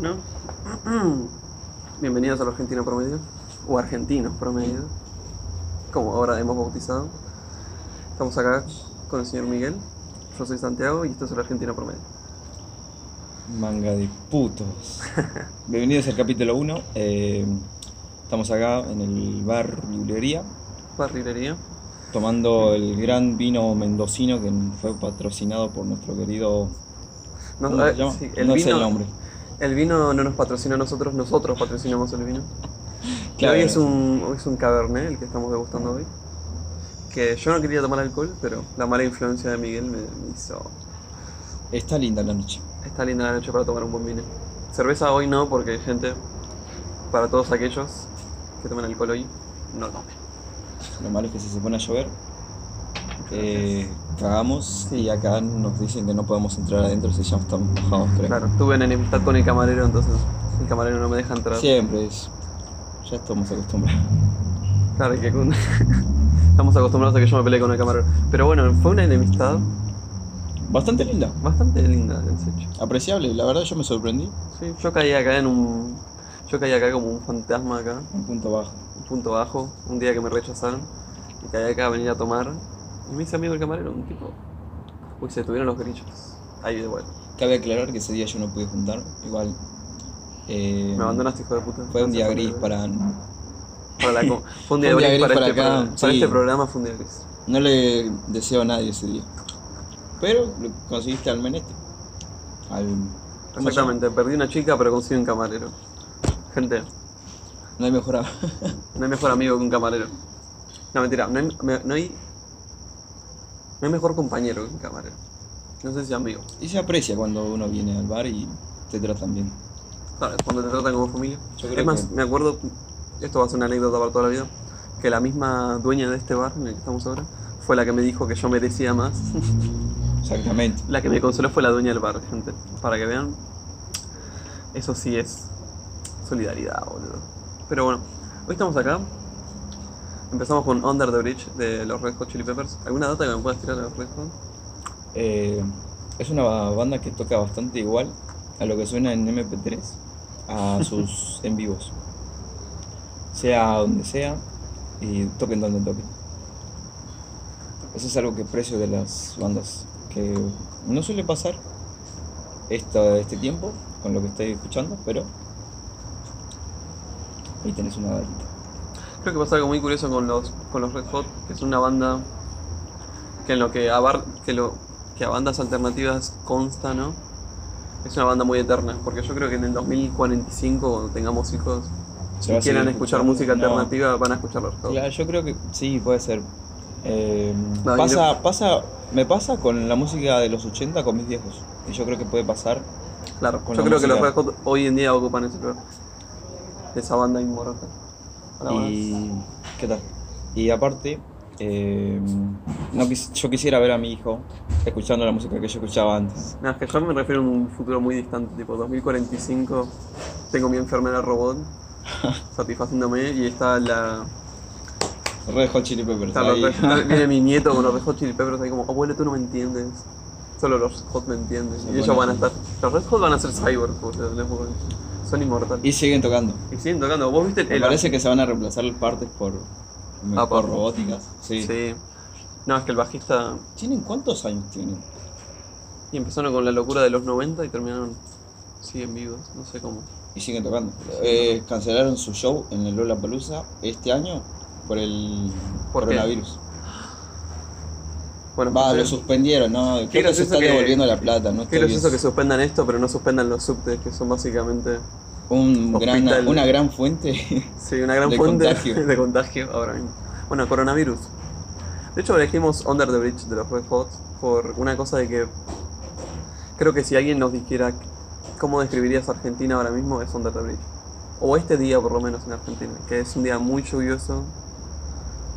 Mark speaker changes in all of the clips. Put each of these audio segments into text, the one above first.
Speaker 1: ¿no? Bienvenidos al Argentino Promedio, o Argentinos Promedio, como ahora hemos bautizado. Estamos acá con el señor Miguel, yo soy Santiago y esto es el Argentino Promedio.
Speaker 2: Manga de putos. Bienvenidos al capítulo 1. estamos acá en el bar Librería,
Speaker 1: Barrilería,
Speaker 2: tomando el gran vino mendocino que fue patrocinado por nuestro querido.
Speaker 1: No,
Speaker 2: ¿Cómo
Speaker 1: eh,
Speaker 2: se llama?
Speaker 1: sí,
Speaker 2: No sé el nombre.
Speaker 1: el vino no nos patrocina a nosotros, nosotros patrocinamos el vino. Y
Speaker 2: Claro.
Speaker 1: hoy es un, es un cabernet el que estamos degustando hoy. Que yo no quería tomar alcohol, pero la mala influencia de Miguel me, me hizo.
Speaker 2: Está linda la noche.
Speaker 1: Está linda la noche para tomar un buen vino. Cerveza hoy no, porque gente, para todos aquellos que toman alcohol hoy, no tomen.
Speaker 2: Lo malo es que si se pone a llover, eh, cagamos y acá nos dicen que no podemos entrar adentro si ya estamos mojados, creo.
Speaker 1: Claro, tuve una enemistad con el camarero, entonces el camarero no me deja entrar.
Speaker 2: Siempre es. Ya estamos acostumbrados.
Speaker 1: Claro, que con- estamos acostumbrados a que yo me pelee con el camarero. Pero bueno, fue una enemistad
Speaker 2: Bastante linda.
Speaker 1: bastante linda, en serio.
Speaker 2: Apreciable, la verdad yo me sorprendí.
Speaker 1: Sí, yo caí acá en un. Yo caí acá como un fantasma acá,
Speaker 2: Un punto bajo.
Speaker 1: un punto bajo, un día que me rechazaron. Y caí acá a venir a tomar. Y me hice amigo del camarero, un tipo. Uy, se tuvieron los grillos. Ahí de vuelta.
Speaker 2: Cabe aclarar que ese día yo no pude juntar. Igual. eh,
Speaker 1: Me abandonaste, hijo de puta.
Speaker 2: Fue un día
Speaker 1: Gracias,
Speaker 2: gris para.
Speaker 1: para la co- Fue un día gris para, este,
Speaker 2: acá,
Speaker 1: programa. Para
Speaker 2: sí.
Speaker 1: este programa fue un día gris.
Speaker 2: No le deseo a nadie ese día. Pero lo conseguiste al meneste. Al. ¿cómo se llama?
Speaker 1: Exactamente, perdí una chica, pero consigo un camarero. Gente,
Speaker 2: No hay mejor. ab-
Speaker 1: No hay mejor amigo que un camarero. No, mentira, no hay, me- no hay, no hay mejor compañero que un camarero. No sé si amigo.
Speaker 2: y se aprecia cuando uno viene al bar y te tratan bien.
Speaker 1: Claro, cuando te tratan como familia.
Speaker 2: Yo creo
Speaker 1: Es más,
Speaker 2: que-
Speaker 1: me acuerdo, esto va a ser una anécdota para toda la vida, que la misma dueña de este bar en el que estamos ahora fue la que me dijo que yo merecía más.
Speaker 2: Exactamente.
Speaker 1: la que me consoló fue la dueña del bar, gente. Para que vean, eso sí es solidaridad, boludo. Pero bueno, hoy estamos acá. Empezamos con Under the Bridge de los Red Hot Chili Peppers. ¿Alguna data que me puedas tirar de los Red Hot?
Speaker 2: Eh, es una banda que toca bastante igual a lo que suena en MP3, a sus en vivos. Sea donde sea y toquen donde toquen. Eso es algo que aprecio de las bandas, que no suele pasar esto, este tiempo con lo que estoy escuchando, pero ahí tenés una datita.
Speaker 1: Creo que pasa algo muy curioso con los, con los Red Hot, que es una banda que en lo que a, bar- que lo, que a bandas alternativas consta, ¿no? Es una banda muy eterna, porque yo creo que en el 2045, cuando tengamos hijos,
Speaker 2: Se
Speaker 1: si
Speaker 2: va a
Speaker 1: quieran
Speaker 2: seguir
Speaker 1: escuchar
Speaker 2: escuchando.
Speaker 1: música
Speaker 2: No.
Speaker 1: alternativa, van a escuchar los Red Hot.
Speaker 2: Claro, yo creo que sí, puede ser. Eh,
Speaker 1: No, y
Speaker 2: pasa, pasa, me pasa con la música de los 80 con mis viejos. Y yo creo que puede pasar.
Speaker 1: Claro,
Speaker 2: con
Speaker 1: yo
Speaker 2: la
Speaker 1: creo que los Red
Speaker 2: música.
Speaker 1: Hot hoy en día ocupan ese lugar. De esa banda inmortal. Ahora más.
Speaker 2: Y, ¿Qué tal? Y aparte, eh, no quis- yo quisiera ver a mi hijo escuchando la música que yo escuchaba antes.
Speaker 1: No, es que yo me refiero a un futuro muy distante, tipo 2045. Tengo mi enfermera robot satisfaciéndome y está la.
Speaker 2: Red Hot Chili Peppers.
Speaker 1: está los
Speaker 2: ahí.
Speaker 1: Red- está- viene mi nieto con los Red Hot Chili Peppers ahí como, abuelo, tú no me entiendes. Solo los Hot me entienden.
Speaker 2: Se
Speaker 1: Y ellos
Speaker 2: pone
Speaker 1: van a
Speaker 2: así.
Speaker 1: estar. Los Red Hot van a ser pues, cyborgs, boludo, les juro. Son inmortales.
Speaker 2: y siguen tocando.
Speaker 1: Y siguen tocando. ¿Vos viste
Speaker 2: Me
Speaker 1: el,
Speaker 2: parece que se van a reemplazar las partes por,
Speaker 1: Ah,
Speaker 2: por
Speaker 1: por-
Speaker 2: robóticas. Sí.
Speaker 1: Sí. No, es que el bajista.
Speaker 2: ¿Tienen cuántos años tienen?
Speaker 1: Y empezaron con la locura de los 90 y terminaron. Siguen vivos, no sé cómo.
Speaker 2: Y siguen tocando. Eh, cancelaron su show en el Lola Palusa este año por el
Speaker 1: ¿Por qué?
Speaker 2: coronavirus.
Speaker 1: Bueno,
Speaker 2: Va,
Speaker 1: pues,
Speaker 2: lo suspendieron, ¿no? Creo que se
Speaker 1: gracioso
Speaker 2: está
Speaker 1: que-
Speaker 2: devolviendo la plata, ¿no?
Speaker 1: qué
Speaker 2: estoy
Speaker 1: gracioso que
Speaker 2: bien.
Speaker 1: suspendan esto, pero no suspendan los subtes, que son básicamente.
Speaker 2: Un gran-
Speaker 1: hospital.
Speaker 2: una gran fuente.
Speaker 1: Sí, una gran
Speaker 2: De
Speaker 1: fuente
Speaker 2: contagio.
Speaker 1: de contagio ahora mismo. Bueno, coronavirus. De hecho, elegimos Under the Bridge de los Red Hot por una cosa de que. Creo que si alguien nos dijera cómo describirías Argentina ahora mismo, es Under the Bridge. O este día, por lo menos, en Argentina, que es un día muy lluvioso,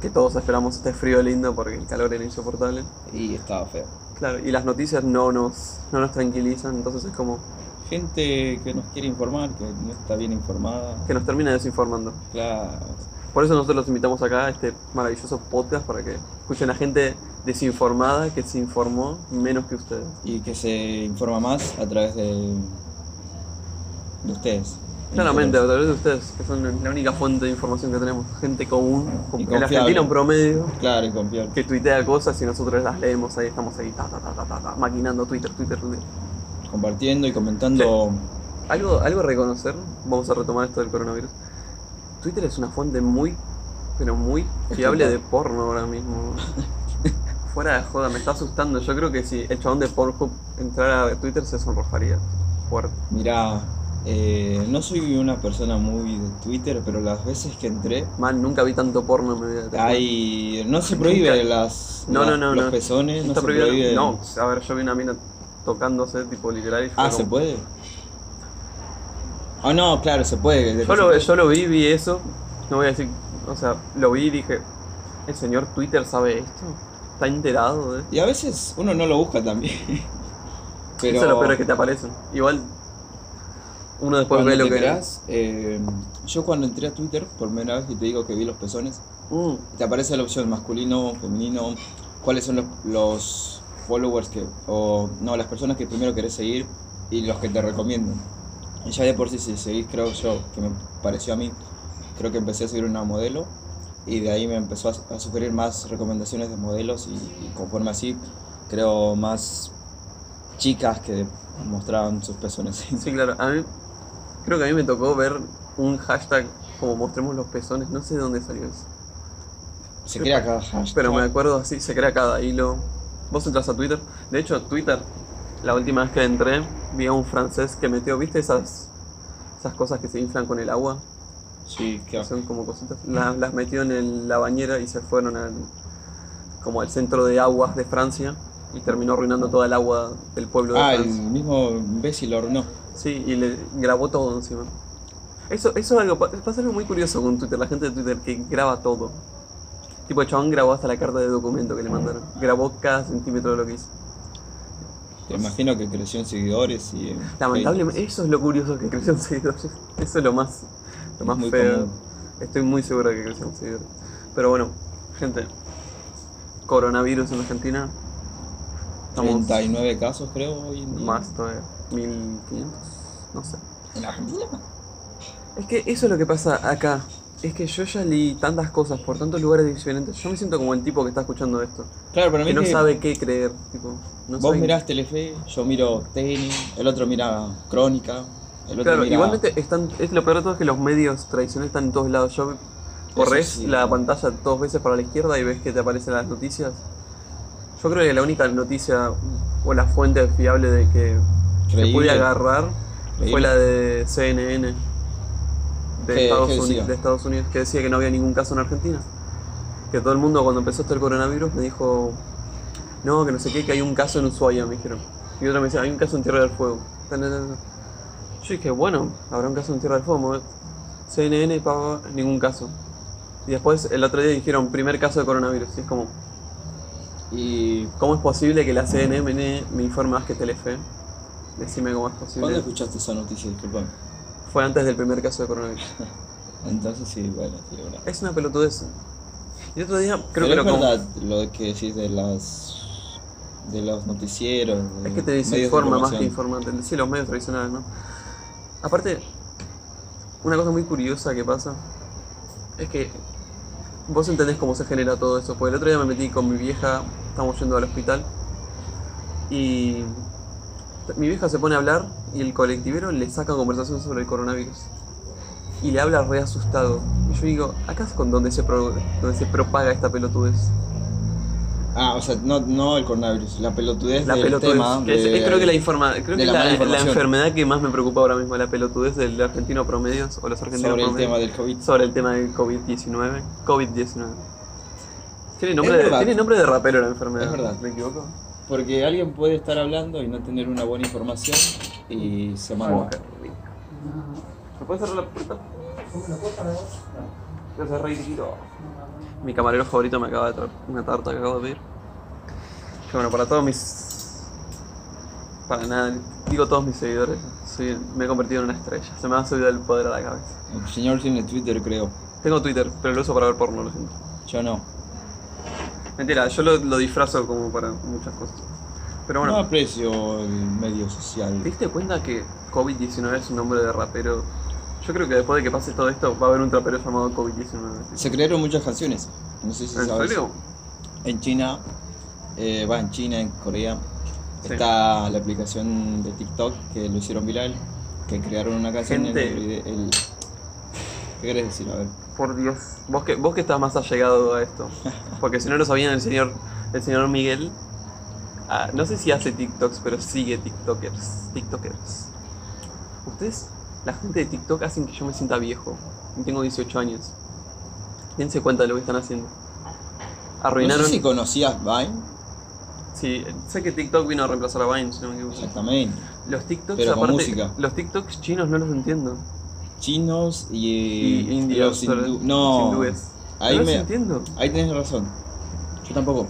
Speaker 1: que todos esperamos este frío lindo porque el calor era insoportable.
Speaker 2: y estaba feo.
Speaker 1: Claro, y las noticias no nos, no nos tranquilizan, entonces es como
Speaker 2: Gente que nos quiere informar, que no está bien informada.
Speaker 1: que nos termina desinformando.
Speaker 2: Claro.
Speaker 1: Por eso nosotros los invitamos acá a este maravilloso podcast para que escuchen a gente desinformada que se informó menos que ustedes.
Speaker 2: Y que se informa más a través de de ustedes.
Speaker 1: Claramente, a
Speaker 2: Entonces,
Speaker 1: través de ustedes, que son la única fuente de información que tenemos. Gente común,
Speaker 2: Y
Speaker 1: en
Speaker 2: confiable.
Speaker 1: Argentina un promedio,
Speaker 2: Claro, y confiar.
Speaker 1: que tuitea cosas y nosotros las leemos ahí, estamos ahí, ta, ta, ta, ta, ta, ta, maquinando Twitter, Twitter, Twitter.
Speaker 2: Compartiendo y comentando.
Speaker 1: Algo, algo a reconocer, vamos a retomar esto del coronavirus. Twitter es una fuente muy, pero muy fiable de porno ahora mismo. Fuera de joda, me está asustando. Yo creo que si el chabón de Pornhub entrara a Twitter se sonrojaría fuerte.
Speaker 2: Mirá, eh, no soy una persona muy de Twitter, pero las veces que entré,
Speaker 1: Man, nunca vi tanto porno en mi vida. te juro.
Speaker 2: hay. No se prohíbe las,
Speaker 1: No,
Speaker 2: la-
Speaker 1: no, no,
Speaker 2: los
Speaker 1: no.
Speaker 2: pezones, no
Speaker 1: Está
Speaker 2: se
Speaker 1: prohibido-
Speaker 2: prohíbe.
Speaker 1: No, a ver, yo vi una mina tocándose, tipo literal. Y fue
Speaker 2: Ah, ¿se
Speaker 1: como-
Speaker 2: puede? Ah, no, claro, se puede. de que
Speaker 1: Yo
Speaker 2: se
Speaker 1: lo,
Speaker 2: puede.
Speaker 1: yo lo vi, vi eso. No voy a decir, o sea, lo vi y dije, ¿el señor Twitter sabe esto? ¿Está enterado de esto?
Speaker 2: Y a veces uno no lo busca también. Pero
Speaker 1: Eso es lo peor es que te aparecen. Igual, uno después
Speaker 2: cuando
Speaker 1: ve lo
Speaker 2: te
Speaker 1: que.
Speaker 2: enterás, eh, yo cuando entré a Twitter por primera vez y te digo que vi los pezones,
Speaker 1: Mm,
Speaker 2: te aparece la opción masculino, femenino, cuáles son los, los followers que, o no, las personas que primero querés seguir y los que te recomiendan. Y ya de por sí, si seguís, creo yo, que me pareció a mí, creo que empecé a seguir una modelo y de ahí me empezó a, a sugerir más recomendaciones de modelos y, y conforme así, creo más chicas que mostraban sus pezones.
Speaker 1: Sí, claro. A mí, creo que a mí me tocó ver un hashtag como mostremos los pezones. No sé de dónde salió eso.
Speaker 2: Se crea cada hashtag.
Speaker 1: Pero me acuerdo así, se crea cada hilo. Vos entras a Twitter. De hecho, Twitter, la última vez que entré, vi a un francés que metió, ¿viste esas, esas cosas que se inflan con el agua?
Speaker 2: Sí,
Speaker 1: Que
Speaker 2: que
Speaker 1: son como cositas. La- las metió en el- la bañera y se fueron al, como al centro de aguas de Francia y terminó arruinando toda el agua del pueblo de
Speaker 2: Ah, el
Speaker 1: Francia.
Speaker 2: mismo imbécil lo arruinó.
Speaker 1: Sí, y le grabó todo encima. Eso, eso es algo, pa- pasa algo muy curioso con Twitter, la gente de Twitter que graba todo. Tipo, el chabón grabó hasta la carta de documento que le mandaron. Grabó cada centímetro de lo que hizo.
Speaker 2: Te imagino que creció en seguidores y. en
Speaker 1: Lamentablemente, eso es lo curioso que creció en seguidores. Eso es lo más,
Speaker 2: haters.
Speaker 1: lo más
Speaker 2: Muy
Speaker 1: feo.
Speaker 2: común.
Speaker 1: Estoy muy seguro de que creció en seguidores. Pero bueno, gente. Coronavirus en Argentina. Estamos
Speaker 2: 39 casos, creo, hoy en día.
Speaker 1: más todavía. 1500. No sé.
Speaker 2: ¿En Argentina?
Speaker 1: Es que eso es lo que pasa acá. Es que yo ya leí tantas cosas por tantos lugares diferentes. Yo me siento como el tipo que está escuchando esto.
Speaker 2: Claro, para mí
Speaker 1: Que no
Speaker 2: es que
Speaker 1: sabe qué creer. Tipo, no
Speaker 2: Vos
Speaker 1: sabe-
Speaker 2: mirás Telefe, yo miro tenis, el otro mira Crónica, el otro
Speaker 1: Claro,
Speaker 2: mira.
Speaker 1: igualmente están, es lo peor de todo es que los medios tradicionales están en todos lados. Yo corres
Speaker 2: sí.
Speaker 1: la pantalla dos veces para la izquierda y ves que te aparecen las noticias. Yo creo que la única noticia o la fuente fiable de que se
Speaker 2: Creíble.
Speaker 1: pude agarrar fue
Speaker 2: Creíble.
Speaker 1: la de CNN de,
Speaker 2: ¿Qué-
Speaker 1: Estados
Speaker 2: qué decía?
Speaker 1: Unidos, de Estados Unidos que decía que no había ningún caso en Argentina. Que todo el mundo cuando empezó esto el coronavirus me dijo, no, que no sé qué, que hay un caso en Ushuaia, me dijeron. Y otro me decía, hay un caso en Tierra del Fuego. Tan, tan, tan, tan. Yo dije, bueno, habrá un caso en Tierra del Fuego. me voy. CNN, pa, pa, ningún caso. Y después el otro día dijeron, primer caso de coronavirus. Y es como,
Speaker 2: ¿Y
Speaker 1: ¿cómo es posible que la CNN me informe más que Telefe? Decime cómo es
Speaker 2: cuándo
Speaker 1: posible.
Speaker 2: escuchaste esa noticia? Disculpame.
Speaker 1: Fue antes del primer caso de coronavirus.
Speaker 2: Entonces sí, bueno, sí, bueno.
Speaker 1: Es una pelotudez. Y otro día, creo
Speaker 2: Pero
Speaker 1: que
Speaker 2: es
Speaker 1: lo com-
Speaker 2: verdad lo que decís de las. de los noticieros. de
Speaker 1: Es que te
Speaker 2: medios de
Speaker 1: desinforma más que
Speaker 2: información.
Speaker 1: informante. Sí, los medios tradicionales, ¿no? Aparte, una cosa muy curiosa que pasa es que vos entendés cómo se genera todo eso. Porque el otro día me metí con mi vieja, estamos yendo al hospital y mi vieja se pone a hablar y el colectivero le saca conversación sobre el coronavirus. Y le habla re asustado. Y yo digo, acá es con donde se, pro- donde se propaga esta pelotudez.
Speaker 2: Ah, o sea, no, no el coronavirus, la pelotudez
Speaker 1: La
Speaker 2: del
Speaker 1: pelotudez.
Speaker 2: tema.
Speaker 1: que es,
Speaker 2: de-
Speaker 1: es creo que la, informa, creo
Speaker 2: de
Speaker 1: que
Speaker 2: la
Speaker 1: la,
Speaker 2: mala
Speaker 1: la
Speaker 2: información.
Speaker 1: enfermedad que más me preocupa ahora mismo, la pelotudez del argentino promedio o los argentinos
Speaker 2: sobre el
Speaker 1: promedio,
Speaker 2: tema del COVID.
Speaker 1: sobre el tema del COVID-19. COVID-19. Tiene nombre,
Speaker 2: Es
Speaker 1: de,
Speaker 2: verdad.
Speaker 1: tiene nombre de rapero la enfermedad.
Speaker 2: Es verdad.
Speaker 1: ¿Me equivoco?
Speaker 2: Porque alguien puede estar hablando y no tener una buena información y se manda.
Speaker 1: ¿Me puedes cerrar la puerta? Yo cerré, chiquito. Mi camarero favorito me acaba de traer una tarta que acabo de pedir. Que bueno, para todos mis. Para nada, digo todos mis seguidores. soy- me he convertido en una estrella. Se me ha subido el poder a la cabeza.
Speaker 2: El señor tiene Twitter, creo.
Speaker 1: Tengo Twitter, pero lo uso para ver porno, lo siento.
Speaker 2: Yo no.
Speaker 1: Mentira, yo lo, lo disfrazo como para muchas cosas. Pero bueno,
Speaker 2: No aprecio el medio social.
Speaker 1: ¿te diste cuenta que COVID-19 es un nombre de rapero? Yo creo que después de que pase todo esto va a haber un trapero llamado COVID-19.
Speaker 2: Se crearon muchas canciones. No sé si
Speaker 1: ¿En
Speaker 2: sabes.
Speaker 1: serio?
Speaker 2: En China, eh, va en China, en Corea,
Speaker 1: Sí.
Speaker 2: está la aplicación de TikTok que lo hicieron viral, que crearon una canción en el,
Speaker 1: Gente.
Speaker 2: vide- el- ¿Qué querés decir? A ver.
Speaker 1: Por Dios. Vos que, vos que estás más allegado a esto. Porque si no lo sabían, el señor, el señor Miguel. ah, no sé si hace TikToks, pero sigue TikTokers. TikTokers. Ustedes, la gente de TikTok, hacen que yo me sienta viejo. Yo Tengo 18 años. Dense cuenta de lo que están haciendo. Arruinaron.
Speaker 2: No sé si conocías Vine,
Speaker 1: Sí, sé que TikTok vino a reemplazar a Vine, si no me equivoco.
Speaker 2: exactamente.
Speaker 1: Los TikToks,
Speaker 2: Pero con
Speaker 1: aparte,
Speaker 2: música.
Speaker 1: los TikToks chinos no los entiendo.
Speaker 2: Chinos y, eh,
Speaker 1: Y indios,
Speaker 2: los hindú-
Speaker 1: los
Speaker 2: No,
Speaker 1: hindúes.
Speaker 2: Ahí
Speaker 1: no los
Speaker 2: me-
Speaker 1: entiendo.
Speaker 2: ahí tenés razón. Yo tampoco.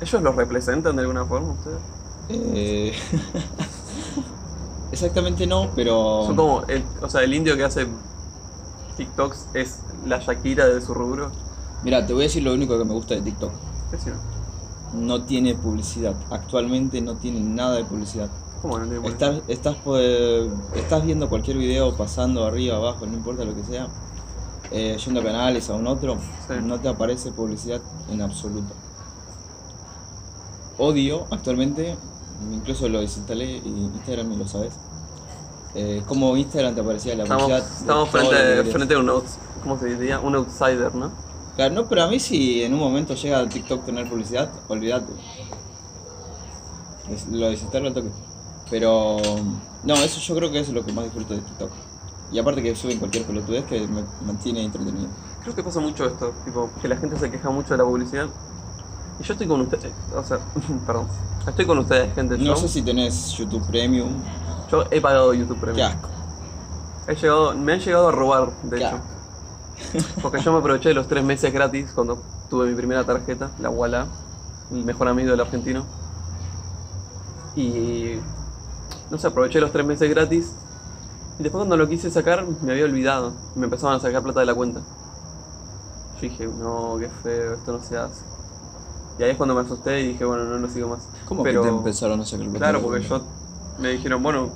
Speaker 1: ¿Ellos los representan de alguna forma ustedes?
Speaker 2: Eh, Exactamente no, pero...
Speaker 1: Son como, el, o sea, el indio que hace TikToks es la Shakira de su rubro.
Speaker 2: Mira, te voy a decir lo único que me gusta de TikTok.
Speaker 1: ¿Qué sé yo?
Speaker 2: No tiene publicidad. Actualmente no tiene nada de publicidad.
Speaker 1: ¿Cómo no tiene por-
Speaker 2: Estás, estás, po- eh, estás viendo cualquier video pasando arriba, abajo, no importa lo que sea, eh, yendo a canales, a un otro,
Speaker 1: Sí.
Speaker 2: no te aparece publicidad en absoluto. Odio actualmente, incluso lo desinstalé y Instagram y lo sabes. Eh, como Instagram te aparecía la
Speaker 1: Estamos,
Speaker 2: publicidad. de
Speaker 1: estamos
Speaker 2: todo lo que
Speaker 1: frente,
Speaker 2: querías.
Speaker 1: frente a un, outs- ¿cómo se diría? un outsider, ¿no?
Speaker 2: Claro, no, pero a mí si en un momento llega a TikTok tener publicidad, olvídate. Des- Lo desinstalo al toque. Pero no, eso yo creo que eso es lo que más disfruto de TikTok. Y aparte que suben cualquier pelotudez que me mantiene entretenido.
Speaker 1: Creo que pasa mucho esto, tipo, que la gente se queja mucho de la publicidad. Y yo estoy con ustedes, o sea, perdón. Estoy con ustedes, gente.
Speaker 2: No
Speaker 1: yo,
Speaker 2: sé si tenés YouTube Premium.
Speaker 1: yo he pagado YouTube
Speaker 2: Qué
Speaker 1: Premium.
Speaker 2: asco.
Speaker 1: He llegado, me han llegado a robar, de
Speaker 2: Qué
Speaker 1: hecho.
Speaker 2: asco.
Speaker 1: Porque yo me aproveché de los tres meses gratis cuando tuve mi primera tarjeta, la Walla, el mejor amigo del argentino. Y. No sé, aproveché los tres meses gratis. Y después, cuando lo quise sacar, me había olvidado. Me empezaban a sacar plata de la cuenta. Yo dije, no, qué feo, esto no se hace. Y ahí es cuando me asusté y dije, bueno, no lo sigo más.
Speaker 2: ¿Cómo
Speaker 1: Pero-
Speaker 2: que te empezaron a sacar plata?
Speaker 1: Claro, porque yo. Me dijeron, bueno.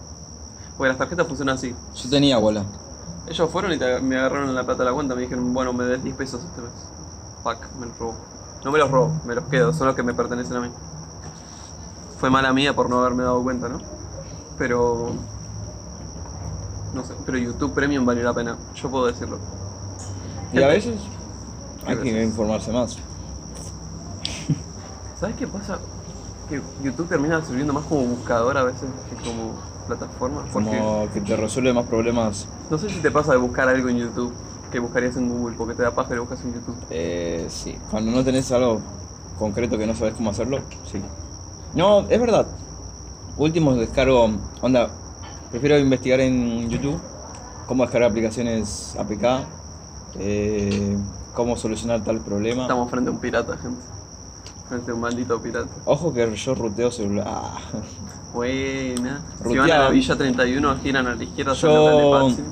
Speaker 1: Porque las tarjetas funcionan así.
Speaker 2: Yo tenía bola.
Speaker 1: Ellos fueron y te- me agarraron la plata de la cuenta. Me dijeron, bueno, me des 10 pesos este mes. Fuck, me los robo. No me los robo, me los quedo, son los que me pertenecen a mí. Fue mala mía por no haberme dado cuenta, ¿no? Pero. No sé, pero YouTube Premium valió la pena, yo puedo decirlo.
Speaker 2: Y a veces
Speaker 1: A
Speaker 2: hay que
Speaker 1: veces.
Speaker 2: informarse más.
Speaker 1: ¿Sabes qué pasa? Que YouTube termina sirviendo más como buscador a veces que como plataforma. Porque
Speaker 2: Como que te resuelve más problemas.
Speaker 1: no sé si te pasa de buscar algo en YouTube que buscarías en Google, porque te da paja y lo buscas en YouTube.
Speaker 2: Eh, sí, cuando no tenés algo concreto que no sabes cómo hacerlo, sí. No, es verdad. Últimos descargo, onda, prefiero investigar en YouTube cómo descargar aplicaciones APK, eh, cómo solucionar tal problema.
Speaker 1: Estamos frente a un pirata, gente. Frente a un maldito pirata.
Speaker 2: Ojo que yo ruteo celular. Ah,
Speaker 1: Buena. Si
Speaker 2: Ruteado.
Speaker 1: van a la Villa 31, giran a la izquierda,
Speaker 2: Yo-
Speaker 1: salen a Telepazzi.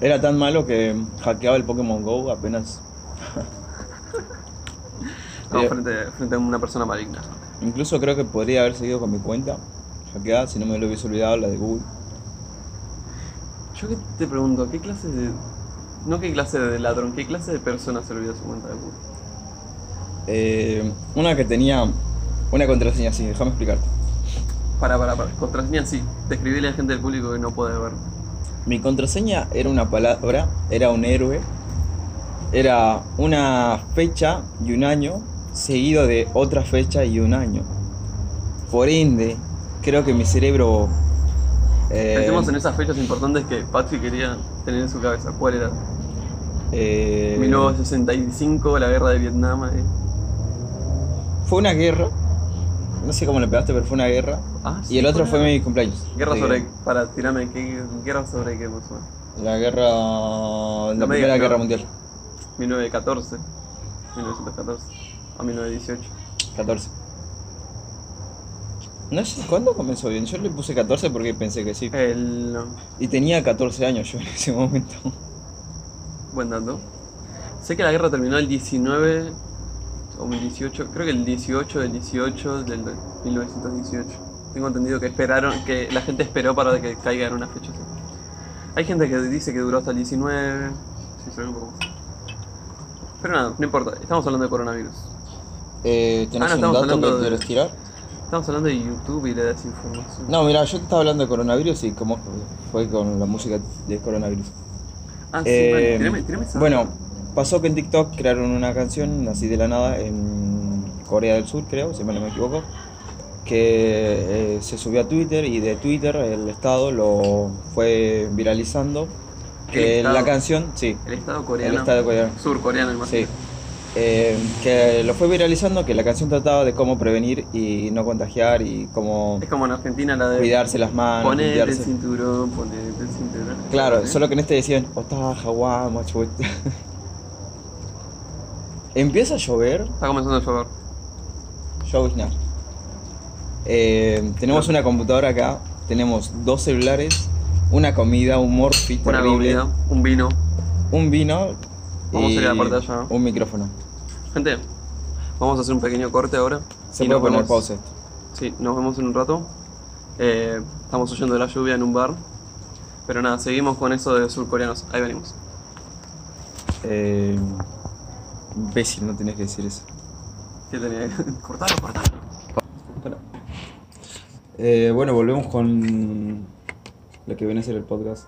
Speaker 2: Era tan malo que hackeaba el Pokémon Go apenas.
Speaker 1: Estamos
Speaker 2: Eh,
Speaker 1: frente, frente a una persona maligna.
Speaker 2: Incluso creo que podría haber seguido con mi cuenta hackeada si no me lo hubiese olvidado la de Google.
Speaker 1: Yo que te pregunto, ¿qué clase de. No qué clase de ladrón, ¿qué clase de persona se olvidó su cuenta de Google?
Speaker 2: Eh, una que tenía una contraseña así, déjame explicarte.
Speaker 1: Para, para, para. Contraseña, sí. Describile a gente del público que no puede ver.
Speaker 2: Mi contraseña era una palabra, era un héroe, era una fecha y un año, seguido de otra fecha y un año. Por ende, creo que mi cerebro... eh,
Speaker 1: Pensemos en esas fechas importantes que Patrick quería tener en su cabeza. ¿Cuál era?
Speaker 2: eh,
Speaker 1: 1965, la guerra de Vietnam. eh.
Speaker 2: Fue una guerra, no sé cómo le pegaste, pero fue una guerra.
Speaker 1: Ah, sí,
Speaker 2: Y el otro fue
Speaker 1: una-
Speaker 2: mi cumpleaños.
Speaker 1: Guerra
Speaker 2: Así que,
Speaker 1: sobre. Para, tirame, ¿qué guerra sobre qué, por favor?
Speaker 2: La guerra... La
Speaker 1: No me digas,
Speaker 2: Primera
Speaker 1: no.
Speaker 2: Guerra Mundial,
Speaker 1: 1914, 1914 a 1918.
Speaker 2: 14. No sé cuándo comenzó bien, yo le puse 14 porque pensé que sí.
Speaker 1: El.
Speaker 2: Y tenía 14 años yo en ese momento.
Speaker 1: Buen dato. Sé que la guerra terminó el 19. O 2018, creo que el 18 del 18 del 1918. Tengo entendido que esperaron, que la gente esperó para que caiga en una fecha así. Hay gente que dice que duró hasta el 19, sí, suena un poco más. Pero nada, no importa, estamos hablando de coronavirus. Ah,
Speaker 2: Eh,
Speaker 1: no,
Speaker 2: ¿Tenés un
Speaker 1: estamos
Speaker 2: dato
Speaker 1: hablando
Speaker 2: que
Speaker 1: de-
Speaker 2: quieres tirar?
Speaker 1: Estamos hablando de YouTube y la desinformación.
Speaker 2: No, mira, yo te estaba hablando de coronavirus y cómo fue con la música de coronavirus.
Speaker 1: Ah, sí,
Speaker 2: Eh,
Speaker 1: vale, tirame, tirame esa.
Speaker 2: Bueno, pasó que en TikTok crearon una canción así de la nada en Corea del Sur, creo, si mal no me equivoco, que eh, se subió a Twitter y de Twitter el Estado lo fue viralizando.
Speaker 1: ¿El
Speaker 2: Eh, la
Speaker 1: Estado?
Speaker 2: canción, sí,
Speaker 1: el Estado coreano.
Speaker 2: el Estado coreano.
Speaker 1: Surcoreano, el más.
Speaker 2: Sí. Eh, que lo fue viralizando, que la canción trataba de cómo prevenir y no contagiar y cómo
Speaker 1: Es como en Argentina la de.
Speaker 2: cuidarse las manos.
Speaker 1: Ponete el
Speaker 2: limpiarse.
Speaker 1: cinturón, ponete el cinturón.
Speaker 2: Claro,
Speaker 1: ¿Eh?
Speaker 2: solo que en este decían, Otaja, guama, chuta". Empieza a llover,
Speaker 1: Está comenzando a llover.
Speaker 2: llovizna. Eh, tenemos una computadora acá, tenemos dos celulares, una comida, un morfi
Speaker 1: Una
Speaker 2: terrible,
Speaker 1: comida, un vino.
Speaker 2: un vino
Speaker 1: Vamos a
Speaker 2: y
Speaker 1: ir a la parte de allá, ¿no?
Speaker 2: un micrófono.
Speaker 1: Gente, vamos a hacer un pequeño corte ahora.
Speaker 2: Se
Speaker 1: Y
Speaker 2: puede
Speaker 1: nos
Speaker 2: poner
Speaker 1: vemos-
Speaker 2: pausa esto.
Speaker 1: Sí, nos vemos en un rato. Eh, estamos huyendo de la lluvia en un bar. Pero nada, seguimos con eso de surcoreanos. Ahí venimos.
Speaker 2: Eh, imbécil, no tenés que decir eso.
Speaker 1: ¿Qué tenía que cortarlo, cortarlo?
Speaker 2: Eh, bueno, volvemos con lo que viene a ser el podcast.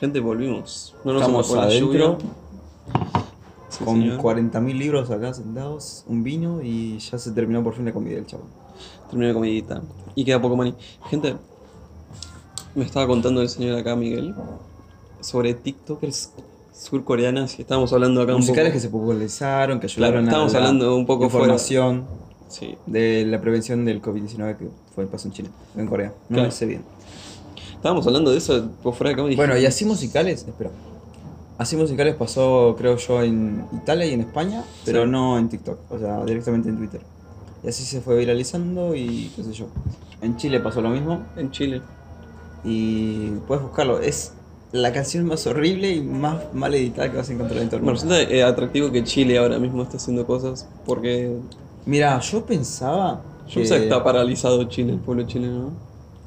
Speaker 1: Gente, volvimos. No
Speaker 2: Estamos
Speaker 1: atrapó la
Speaker 2: adentro
Speaker 1: lluvia. Sí,
Speaker 2: con
Speaker 1: señor.
Speaker 2: 40.000 libros acá sentados, un vino y ya se terminó por fin la comida del chavo.
Speaker 1: Terminé la comidita. Y queda poco maní. Gente, me estaba contando el señor acá, Miguel, sobre TikTokers surcoreanas. Y estábamos hablando acá
Speaker 2: Musicales que
Speaker 1: un poco.
Speaker 2: se popularizaron, que ayudaron
Speaker 1: Claro, estábamos
Speaker 2: a la
Speaker 1: hablando un poco fuera.
Speaker 2: información
Speaker 1: Sí.
Speaker 2: de la prevención del COVID-19 que fue el paso en China, en Corea. No
Speaker 1: Claro.
Speaker 2: lo sé bien.
Speaker 1: Estábamos hablando de eso por fuera de cámara. y
Speaker 2: Bueno, y
Speaker 1: dijimos-
Speaker 2: así musicales, espera. Así musicales pasó, creo yo, en Italia y en España, pero
Speaker 1: Sí.
Speaker 2: no en TikTok, o sea, directamente en Twitter. Y así se fue viralizando y qué sé yo. En Chile pasó lo mismo
Speaker 1: En Chile.
Speaker 2: y puedes buscarlo. Es la canción más horrible y más mal editada que vas a encontrar en todo el
Speaker 1: Me
Speaker 2: mundo.
Speaker 1: resulta eh, atractivo que Chile ahora mismo está haciendo cosas porque
Speaker 2: Mira, yo pensaba
Speaker 1: yo
Speaker 2: que-
Speaker 1: pensaba que está paralizado Chile, el pueblo chileno. ¿no?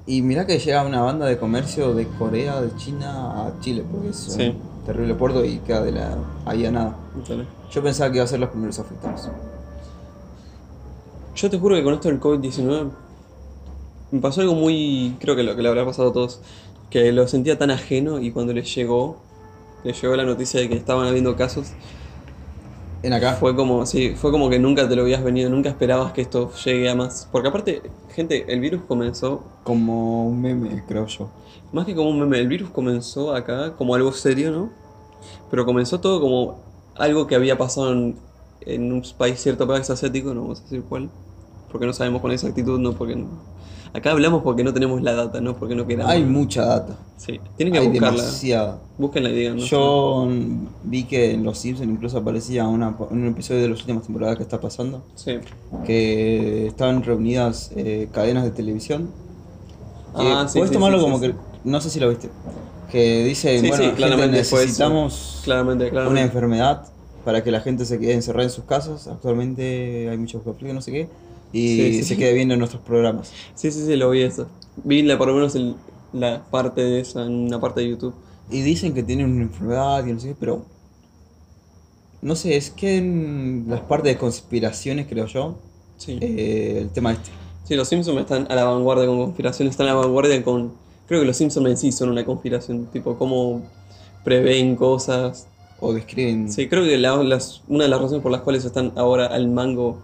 Speaker 2: Y mira que llega una banda de comercio de Corea, de China a Chile, porque es un
Speaker 1: Sí.
Speaker 2: terrible puerto y queda de la... ahí a nada.
Speaker 1: Dale.
Speaker 2: Yo pensaba que iba a ser los primeros afectados.
Speaker 1: Yo te juro que con esto del COVID-19 me pasó algo muy, creo que lo que le habrá pasado a todos, que lo sentía tan ajeno y cuando les llegó, les llegó la noticia de que estaban habiendo casos,
Speaker 2: En acá.
Speaker 1: fue como, sí, fue como que nunca te lo habías venido, nunca esperabas que esto llegue a más. Porque aparte, gente, el virus comenzó
Speaker 2: Como un meme, creo yo.
Speaker 1: Más que como un meme, el virus comenzó acá como algo serio, ¿no? Pero comenzó todo como algo que había pasado en, en un país, cierto país asiático, no vamos a decir cuál, porque no sabemos con exactitud, no porque... no- Acá hablamos porque no tenemos la data, no porque no queramos.
Speaker 2: Hay mucha data.
Speaker 1: Sí, tienen que
Speaker 2: Hay
Speaker 1: buscarla.
Speaker 2: demasiada.
Speaker 1: Búsquenla y díganos.
Speaker 2: Yo mm, vi que en Los Simpsons incluso aparecía una, un episodio de las últimas temporadas que está pasando,
Speaker 1: Sí.
Speaker 2: que estaban reunidas eh, cadenas de televisión. Que
Speaker 1: Ah, sí,
Speaker 2: Puedes
Speaker 1: sí,
Speaker 2: tomarlo
Speaker 1: sí,
Speaker 2: como
Speaker 1: sí,
Speaker 2: que... No sé si lo viste. Que dice,
Speaker 1: Sí, sí,
Speaker 2: bueno, gente,
Speaker 1: claramente fue eso.
Speaker 2: necesitamos
Speaker 1: Claramente,
Speaker 2: una
Speaker 1: claramente.
Speaker 2: enfermedad para que la gente se quede encerrada en sus casas. Actualmente hay muchos conflictos, no sé qué. Y
Speaker 1: Sí, sí,
Speaker 2: se
Speaker 1: sí.
Speaker 2: quede viendo nuestros programas.
Speaker 1: Sí, sí, sí, lo vi eso. Vi la, por lo menos el- la parte de esa en una parte de YouTube.
Speaker 2: Y dicen que tienen una enfermedad y no sé qué, pero. No sé, es que en las partes de conspiraciones, creo yo,
Speaker 1: Sí.
Speaker 2: eh, el tema este.
Speaker 1: Sí, los Simpsons están a la vanguardia con conspiraciones, están a la vanguardia con... Creo que los Simpsons en sí son una conspiración, tipo cómo prevén cosas.
Speaker 2: O describen.
Speaker 1: Sí, creo que la- las, una de las razones por las cuales están ahora al mango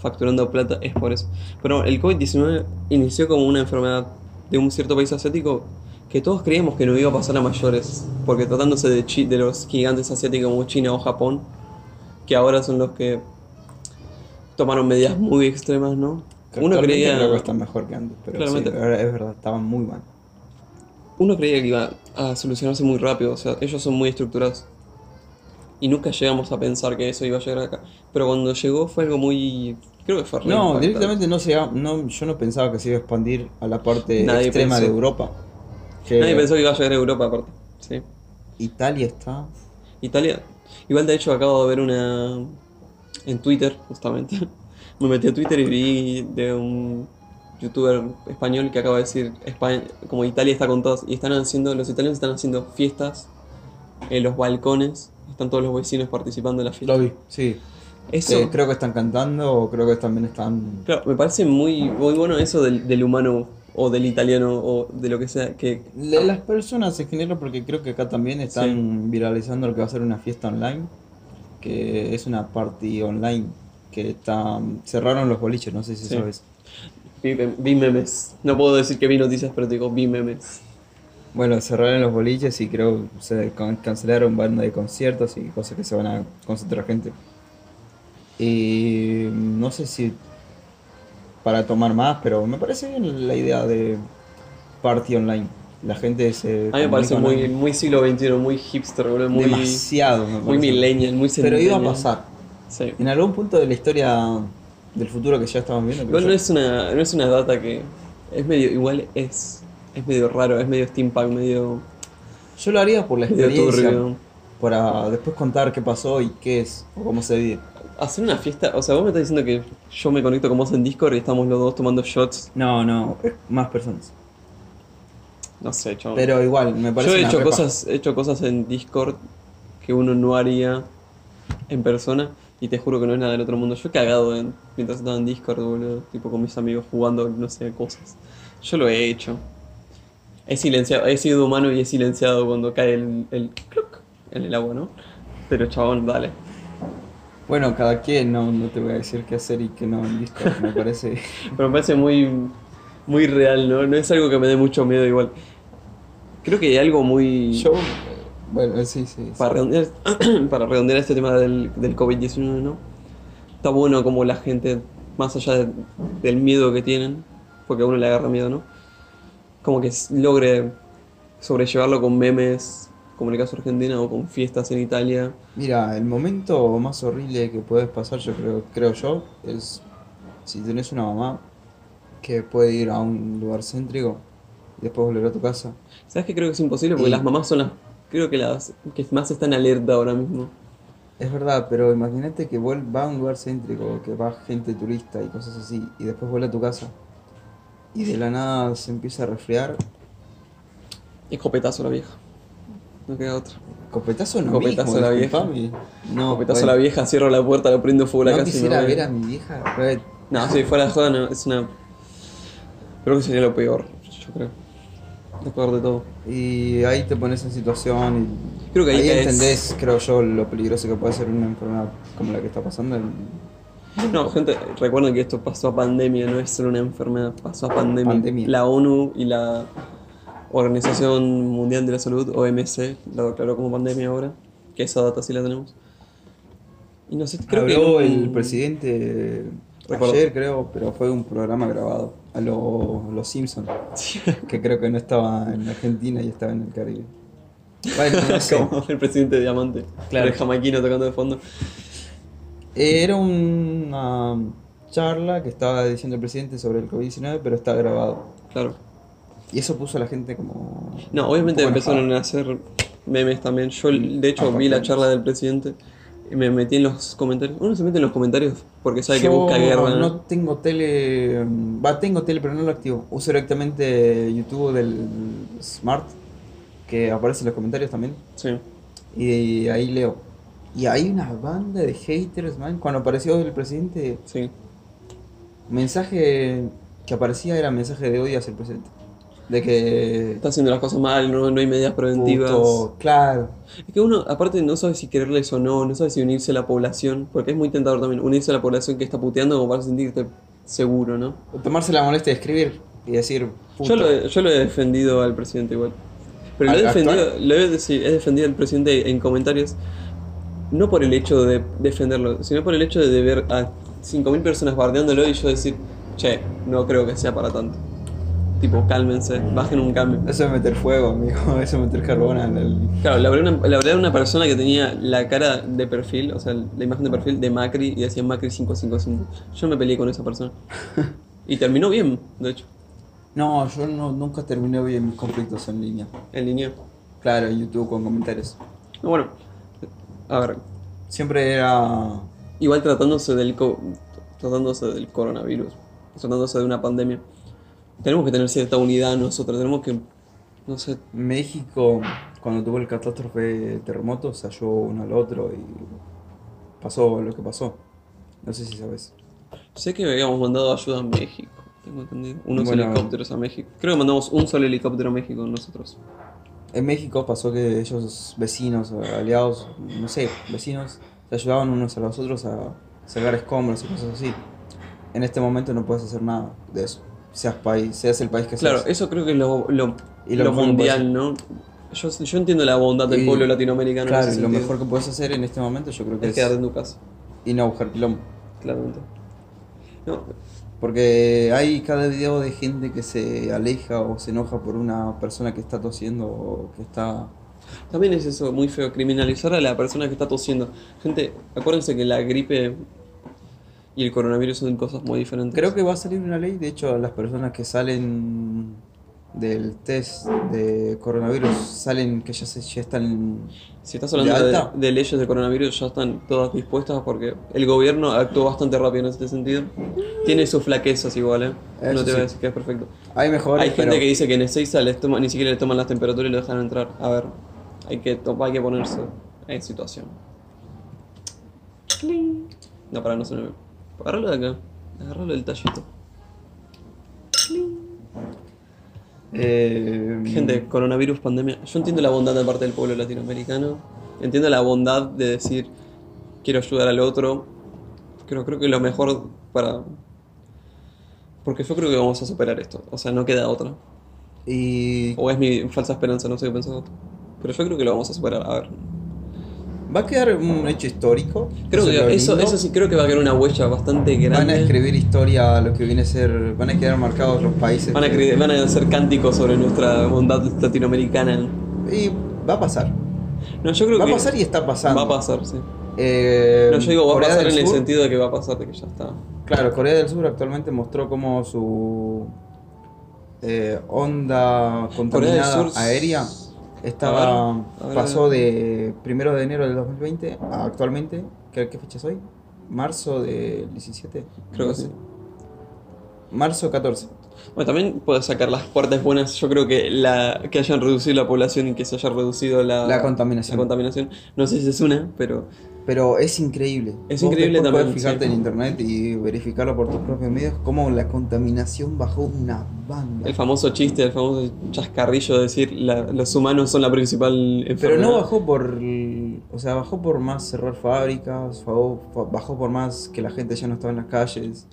Speaker 1: facturando plata es por eso. Pero el COVID-19 inició como una enfermedad de un cierto país asiático que todos creíamos que no iba a pasar a mayores, porque tratándose de, chi- de los gigantes asiáticos como China o Japón, que ahora son los que tomaron medidas muy extremas, ¿no?
Speaker 2: que
Speaker 1: Uno
Speaker 2: actualmente
Speaker 1: creía...
Speaker 2: creo que están mejor que antes, pero sí,
Speaker 1: Claramente.
Speaker 2: ahora es verdad, estaban muy mal.
Speaker 1: Uno creía que iba a solucionarse muy rápido, o sea, ellos son muy estructurados. Y nunca llegamos a pensar que eso iba a llegar acá. Pero cuando llegó fue algo muy. Creo que fue re
Speaker 2: No,
Speaker 1: impactante.
Speaker 2: directamente no se no, yo no pensaba que se iba a expandir a la parte
Speaker 1: Nadie
Speaker 2: extrema de
Speaker 1: pensó.
Speaker 2: Europa. Que
Speaker 1: Nadie pensó que iba a llegar a Europa, aparte. Sí.
Speaker 2: Italia está.
Speaker 1: Italia. Igual, de hecho, acabo de ver una. en Twitter, justamente. Me metí a Twitter y vi de un youtuber español que acaba de decir, España, como Italia está con todas, y están haciendo, los italianos están haciendo fiestas en los balcones, están todos los vecinos participando de la fiesta.
Speaker 2: Lo vi, sí.
Speaker 1: Eso,
Speaker 2: Eh, creo que están cantando o creo que también están.
Speaker 1: claro, me parece muy, muy bueno eso del, del humano o del italiano o de lo que sea, que
Speaker 2: Le- Las personas en general, porque creo que acá también están viralizando lo que va a ser una fiesta online, que es una party online, que está mm, cerraron los boliches, no sé si
Speaker 1: Sí.
Speaker 2: sabes.
Speaker 1: vi, vi memes. No puedo decir que vi noticias, pero te digo, vi memes.
Speaker 2: Bueno, cerraron los boliches y creo se can- cancelaron banda de conciertos y cosas que se van a concentrar gente. Y mm, no sé si para tomar más, pero me parece bien la idea de party online. La gente se
Speaker 1: A mí me parece
Speaker 2: comunica
Speaker 1: muy,
Speaker 2: online.
Speaker 1: muy siglo XXI, muy hipster, boludo, muy,
Speaker 2: demasiado, me
Speaker 1: muy
Speaker 2: parece.
Speaker 1: millennial, muy
Speaker 2: Pero iba a
Speaker 1: centennial.
Speaker 2: pasar.
Speaker 1: Sí.
Speaker 2: En algún punto de la historia del futuro que ya estamos viendo. que
Speaker 1: Igual
Speaker 2: yo-
Speaker 1: no es una, no es una data que es medio, igual es, es medio raro, es medio steampunk, medio,
Speaker 2: Yo lo haría por la
Speaker 1: medio
Speaker 2: experiencia,
Speaker 1: turbio.
Speaker 2: para después contar qué pasó y qué es, o cómo se vive.
Speaker 1: Hacer una fiesta, o sea, vos me estás diciendo que yo me conecto con vos en Discord y estamos los dos tomando shots,
Speaker 2: No, no, es más personas.
Speaker 1: no sé, chabón.
Speaker 2: Pero igual, me parece
Speaker 1: Yo he
Speaker 2: una
Speaker 1: hecho
Speaker 2: repa-
Speaker 1: cosas, he hecho cosas en Discord que uno no haría en persona y te juro que no es nada del otro mundo. Yo he cagado en- mientras estaba en Discord, boludo, tipo con mis amigos jugando, no sé, cosas. Yo lo he hecho. He silenciado, he sido humano y he silenciado cuando cae el, el cloc en el agua, ¿no? Pero chabón, dale.
Speaker 2: Bueno, cada quien, no, no te voy a decir qué hacer y qué no en Discord, me parece.
Speaker 1: Pero me parece muy, muy real, ¿no? No es algo que me dé mucho miedo igual. Creo que hay algo muy...
Speaker 2: Yo, eh, bueno, sí, sí. sí.
Speaker 1: Para redondear, para redondear este tema del, del COVID-19, ¿no? Está bueno como la gente, más allá de- del miedo que tienen, porque a uno le agarra miedo, ¿no? Como que s- logre sobrellevarlo con memes, como en el caso de Argentina, o con fiestas en Italia.
Speaker 2: Mira, el momento más horrible que puedes pasar, yo creo, creo yo, es si tenés una mamá que puede ir a un lugar céntrico y después volver a tu casa.
Speaker 1: ¿Sabes qué creo que es imposible? Porque
Speaker 2: Y-
Speaker 1: las mamás son las, creo que las que más están alerta ahora mismo.
Speaker 2: Es verdad, pero imagínate que vuel- va a un lugar céntrico, que va gente turista y cosas así, y después vuelve a tu casa. Y de la nada se empieza a resfriar.
Speaker 1: Escopetazo a la vieja. No queda otra.
Speaker 2: Copetazo no
Speaker 1: Copetazo
Speaker 2: mismo,
Speaker 1: a la vieja.
Speaker 2: disculpame. No,
Speaker 1: Escopetazo a
Speaker 2: bueno,
Speaker 1: la vieja, cierro la puerta, le prendo fuego a la
Speaker 2: no
Speaker 1: casa y me
Speaker 2: quisiera
Speaker 1: voy.
Speaker 2: ver a mi vieja. re-
Speaker 1: No, si fuera de joda, no, es una. Creo que sería lo peor, yo creo. Lo peor de todo.
Speaker 2: Y ahí te pones en situación y
Speaker 1: Creo que ahí caes.
Speaker 2: entendés, creo yo, lo peligroso que puede ser una enfermedad como la que está pasando.
Speaker 1: No, gente, recuerden que esto pasó a pandemia, no es solo una enfermedad, pasó a pandemia.
Speaker 2: Pandemia.
Speaker 1: La ONU y la Organización Mundial de la Salud, OMC, la declaró como pandemia ahora, que esa data sí la tenemos. Y no sé, creo
Speaker 2: Habló
Speaker 1: que.
Speaker 2: el presidente
Speaker 1: Recuerdo.
Speaker 2: ayer, creo, pero fue un programa grabado a lo- los Simpsons, que creo que no estaba en Argentina y estaba en el Caribe. Bueno, no sé.
Speaker 1: Como el presidente de Diamante,
Speaker 2: Claro.
Speaker 1: el jamaquino tocando de fondo.
Speaker 2: Era una charla que estaba diciendo el presidente sobre el COVID-19, pero está grabado.
Speaker 1: Claro.
Speaker 2: Y eso puso a la gente como...
Speaker 1: No, obviamente
Speaker 2: un poco
Speaker 1: empezaron
Speaker 2: enojada.
Speaker 1: a hacer memes también. Yo, de hecho,
Speaker 2: aparte
Speaker 1: vi la
Speaker 2: memes.
Speaker 1: charla del presidente y me metí en los comentarios. Uno se mete en los comentarios porque sabe que
Speaker 2: Yo
Speaker 1: busca guerra. ¿no?
Speaker 2: no tengo tele... Va, tengo tele, pero no lo activo. Uso directamente YouTube del Smart, que aparece en los comentarios también.
Speaker 1: Sí.
Speaker 2: Y ahí leo. Y hay una banda de haters, man. Cuando apareció el presidente,
Speaker 1: Sí.
Speaker 2: mensaje que aparecía era mensaje de odio hacia el presidente. De que...
Speaker 1: Está haciendo las cosas mal, no, no hay medidas preventivas.
Speaker 2: Puto, claro.
Speaker 1: Es que uno, aparte, no sabe si quererles o no, no sabe si unirse a la población, porque es muy tentador también unirse a la población que está puteando como para sentirte seguro, ¿no?
Speaker 2: O tomarse la molestia de escribir y decir, puto.
Speaker 1: Yo lo, he- yo lo he defendido al presidente igual. Pero lo he
Speaker 2: ¿Al actual?
Speaker 1: defendido, lo he, sí, he defendido al presidente en comentarios, no por el hecho de defenderlo, sino por el hecho de ver a 5.000 personas bardeándolo y yo decir, che, no creo que sea para tanto. Tipo, cálmense, bajen un cambio.
Speaker 2: Eso es meter fuego, amigo. Eso es meter carbón en el...
Speaker 1: Claro, la verdad, una, la verdad una persona que tenía la cara de perfil, o sea, la imagen de perfil de Macri y decía Macri 555. Yo me peleé con esa persona. Y terminó bien, de hecho,
Speaker 2: No, yo no, nunca terminé bien mis conflictos en línea.
Speaker 1: en línea.
Speaker 2: Claro, en YouTube con comentarios.
Speaker 1: No, bueno, a ver,
Speaker 2: Siempre era
Speaker 1: Igual tratándose del, co- tratándose del coronavirus, tratándose de una pandemia, tenemos que tener cierta unidad nosotros, tenemos que, no sé,
Speaker 2: México, cuando tuvo el catástrofe de terremoto, se halló uno al otro y pasó lo que pasó. No sé si sabes.
Speaker 1: sé que habíamos mandado ayuda a México, tengo entendido, unos
Speaker 2: Bueno.
Speaker 1: helicópteros a México. Creo que mandamos un solo helicóptero a México nosotros.
Speaker 2: En México pasó que ellos, vecinos, aliados, no sé, vecinos, se ayudaban unos a los otros a sacar escombros y cosas así. En este momento no puedes hacer nada de eso. Seas país, seas el país que
Speaker 1: Claro,
Speaker 2: seas.
Speaker 1: eso creo que es lo, lo-
Speaker 2: Y lo
Speaker 1: lo
Speaker 2: mejor que
Speaker 1: mundial, ¿no? Yo, yo entiendo la bondad del
Speaker 2: Y-
Speaker 1: pueblo latinoamericano. en
Speaker 2: Claro,
Speaker 1: ese
Speaker 2: lo
Speaker 1: sentido.
Speaker 2: mejor que puedes hacer en este momento yo creo que
Speaker 1: es
Speaker 2: es,
Speaker 1: quedarte en tu casa,
Speaker 2: y no buscar quilombo.
Speaker 1: claramente. No,
Speaker 2: Porque hay cada video de gente que se aleja o se enoja por una persona que está tosiendo o que está...
Speaker 1: También es eso muy feo, criminalizar a la persona que está tosiendo. Gente, acuérdense que la gripe y el coronavirus son cosas muy diferentes.
Speaker 2: Creo que va a salir una ley, de hecho, las personas que salen del test de coronavirus salen que ya, se, ya están...
Speaker 1: si estás
Speaker 2: ¿De
Speaker 1: hablando
Speaker 2: alta?
Speaker 1: de, de leyes de coronavirus, ya están todas dispuestas porque el gobierno actuó bastante rápido en este sentido. Tiene sus flaquezas igual, ¿eh?
Speaker 2: Eso
Speaker 1: no te voy
Speaker 2: sí.
Speaker 1: a decir que es perfecto.
Speaker 2: Hay mejores,
Speaker 1: hay gente
Speaker 2: pero
Speaker 1: que dice que en Ezeiza les toma- ni siquiera le toman las temperaturas y lo dejan entrar. A ver, hay que, to- hay que ponerse en situación. Cling. No, para no se me... Agarralo de acá. Agarralo del tallito.
Speaker 2: eh,
Speaker 1: Gente, coronavirus, pandemia. Yo entiendo la bondad de parte del pueblo latinoamericano. Entiendo la bondad de decir quiero ayudar al otro. Creo, creo que lo mejor para. Porque yo creo que vamos a superar esto. O sea, no queda otra.
Speaker 2: Y
Speaker 1: O es mi falsa esperanza, no sé qué pensás vos. Pero yo creo que lo vamos a superar. A ver.
Speaker 2: va a quedar un hecho histórico.
Speaker 1: Creo
Speaker 2: es lo
Speaker 1: que eso,
Speaker 2: lindo.
Speaker 1: eso sí creo que va a quedar una huella bastante grande.
Speaker 2: Van a escribir historia a lo que viene a ser... Van a quedar marcados los países.
Speaker 1: Van a,
Speaker 2: que-
Speaker 1: cre- van a hacer cánticos sobre nuestra bondad latinoamericana.
Speaker 2: Y va a pasar.
Speaker 1: No, yo creo
Speaker 2: Va a
Speaker 1: que
Speaker 2: pasar y está pasando.
Speaker 1: va a pasar, sí.
Speaker 2: Eh,
Speaker 1: No, yo digo va a
Speaker 2: Corea
Speaker 1: pasar
Speaker 2: del
Speaker 1: en el
Speaker 2: Sur-
Speaker 1: sentido de que va a pasar, de que ya está.
Speaker 2: Claro, Corea del Sur actualmente mostró como su eh, onda contaminada
Speaker 1: Sur-
Speaker 2: aérea estaba
Speaker 1: A ver, a ver,
Speaker 2: pasó de primero de enero del 2020 a actualmente, ¿qué, qué fecha es hoy? Marzo del 17.
Speaker 1: Creo que sí.
Speaker 2: Marzo 14.
Speaker 1: Bueno, también puedo sacar las partes buenas. Yo creo que la que hayan reducido la población y que se haya reducido la,
Speaker 2: La contaminación.
Speaker 1: Ah, la contaminación. No sé si es una, pero
Speaker 2: Pero es increíble.
Speaker 1: Es increíble
Speaker 2: después
Speaker 1: también,
Speaker 2: Puedes fijarte
Speaker 1: sí.
Speaker 2: en internet y verificarlo por tus propios medios cómo la contaminación bajó una banda.
Speaker 1: el famoso chiste, el famoso chascarrillo de decir la- los humanos son la principal
Speaker 2: Pero
Speaker 1: enfermedad.
Speaker 2: no bajó por. O sea, bajó por más cerrar fábricas, bajó, bajó por más que la gente ya no estaba en las calles.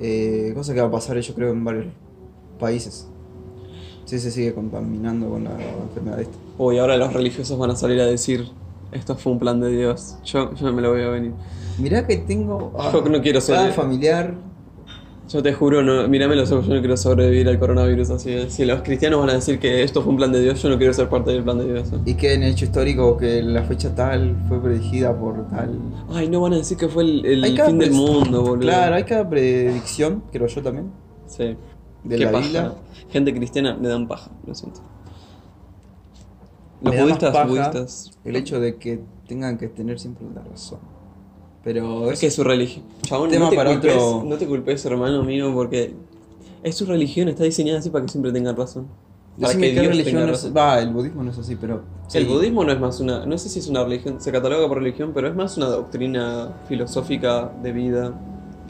Speaker 2: Eh, cosa que va a pasar, yo creo, en varios países. Si se sigue contaminando con la enfermedad esta.
Speaker 1: Uy, ahora los religiosos van a salir a decir esto fue un plan de Dios. Yo, yo me lo voy a venir.
Speaker 2: Mirá que tengo.
Speaker 1: Yo no quiero ser-
Speaker 2: cada familiar.
Speaker 1: Yo te juro, no, mirame los ojos, yo no quiero sobrevivir al coronavirus. Así de- si los cristianos van a decir que esto fue un plan de Dios, yo no quiero ser parte del plan de Dios. ¿eh?
Speaker 2: Y que en el hecho histórico que la fecha tal fue predijida por tal.
Speaker 1: Ay, no van a decir que fue el, el
Speaker 2: Hay cada
Speaker 1: fin del
Speaker 2: pres-
Speaker 1: mundo, boludo.
Speaker 2: Claro, hay cada predicción, creo yo también,
Speaker 1: Sí.
Speaker 2: de
Speaker 1: Qué
Speaker 2: la
Speaker 1: paja.
Speaker 2: Biblia.
Speaker 1: Gente cristiana me dan paja, lo siento.
Speaker 2: Me
Speaker 1: Los
Speaker 2: da más
Speaker 1: budistas,
Speaker 2: paja
Speaker 1: budistas.
Speaker 2: El hecho de que tengan que tener siempre la razón. Pero
Speaker 1: Es que es su religión. Chabón,
Speaker 2: Tema
Speaker 1: no, te
Speaker 2: para
Speaker 1: culpes,
Speaker 2: otro-
Speaker 1: no te culpes, hermano mío, porque es su religión, está diseñada así para que siempre tengan razón. Para
Speaker 2: Decime
Speaker 1: que
Speaker 2: qué
Speaker 1: Dios
Speaker 2: religión
Speaker 1: tenga
Speaker 2: no
Speaker 1: razón.
Speaker 2: es. Va, el budismo no es así, pero. sí.
Speaker 1: El budismo no es más una, no sé si es una religión, se cataloga por religión, pero es más una doctrina filosófica de vida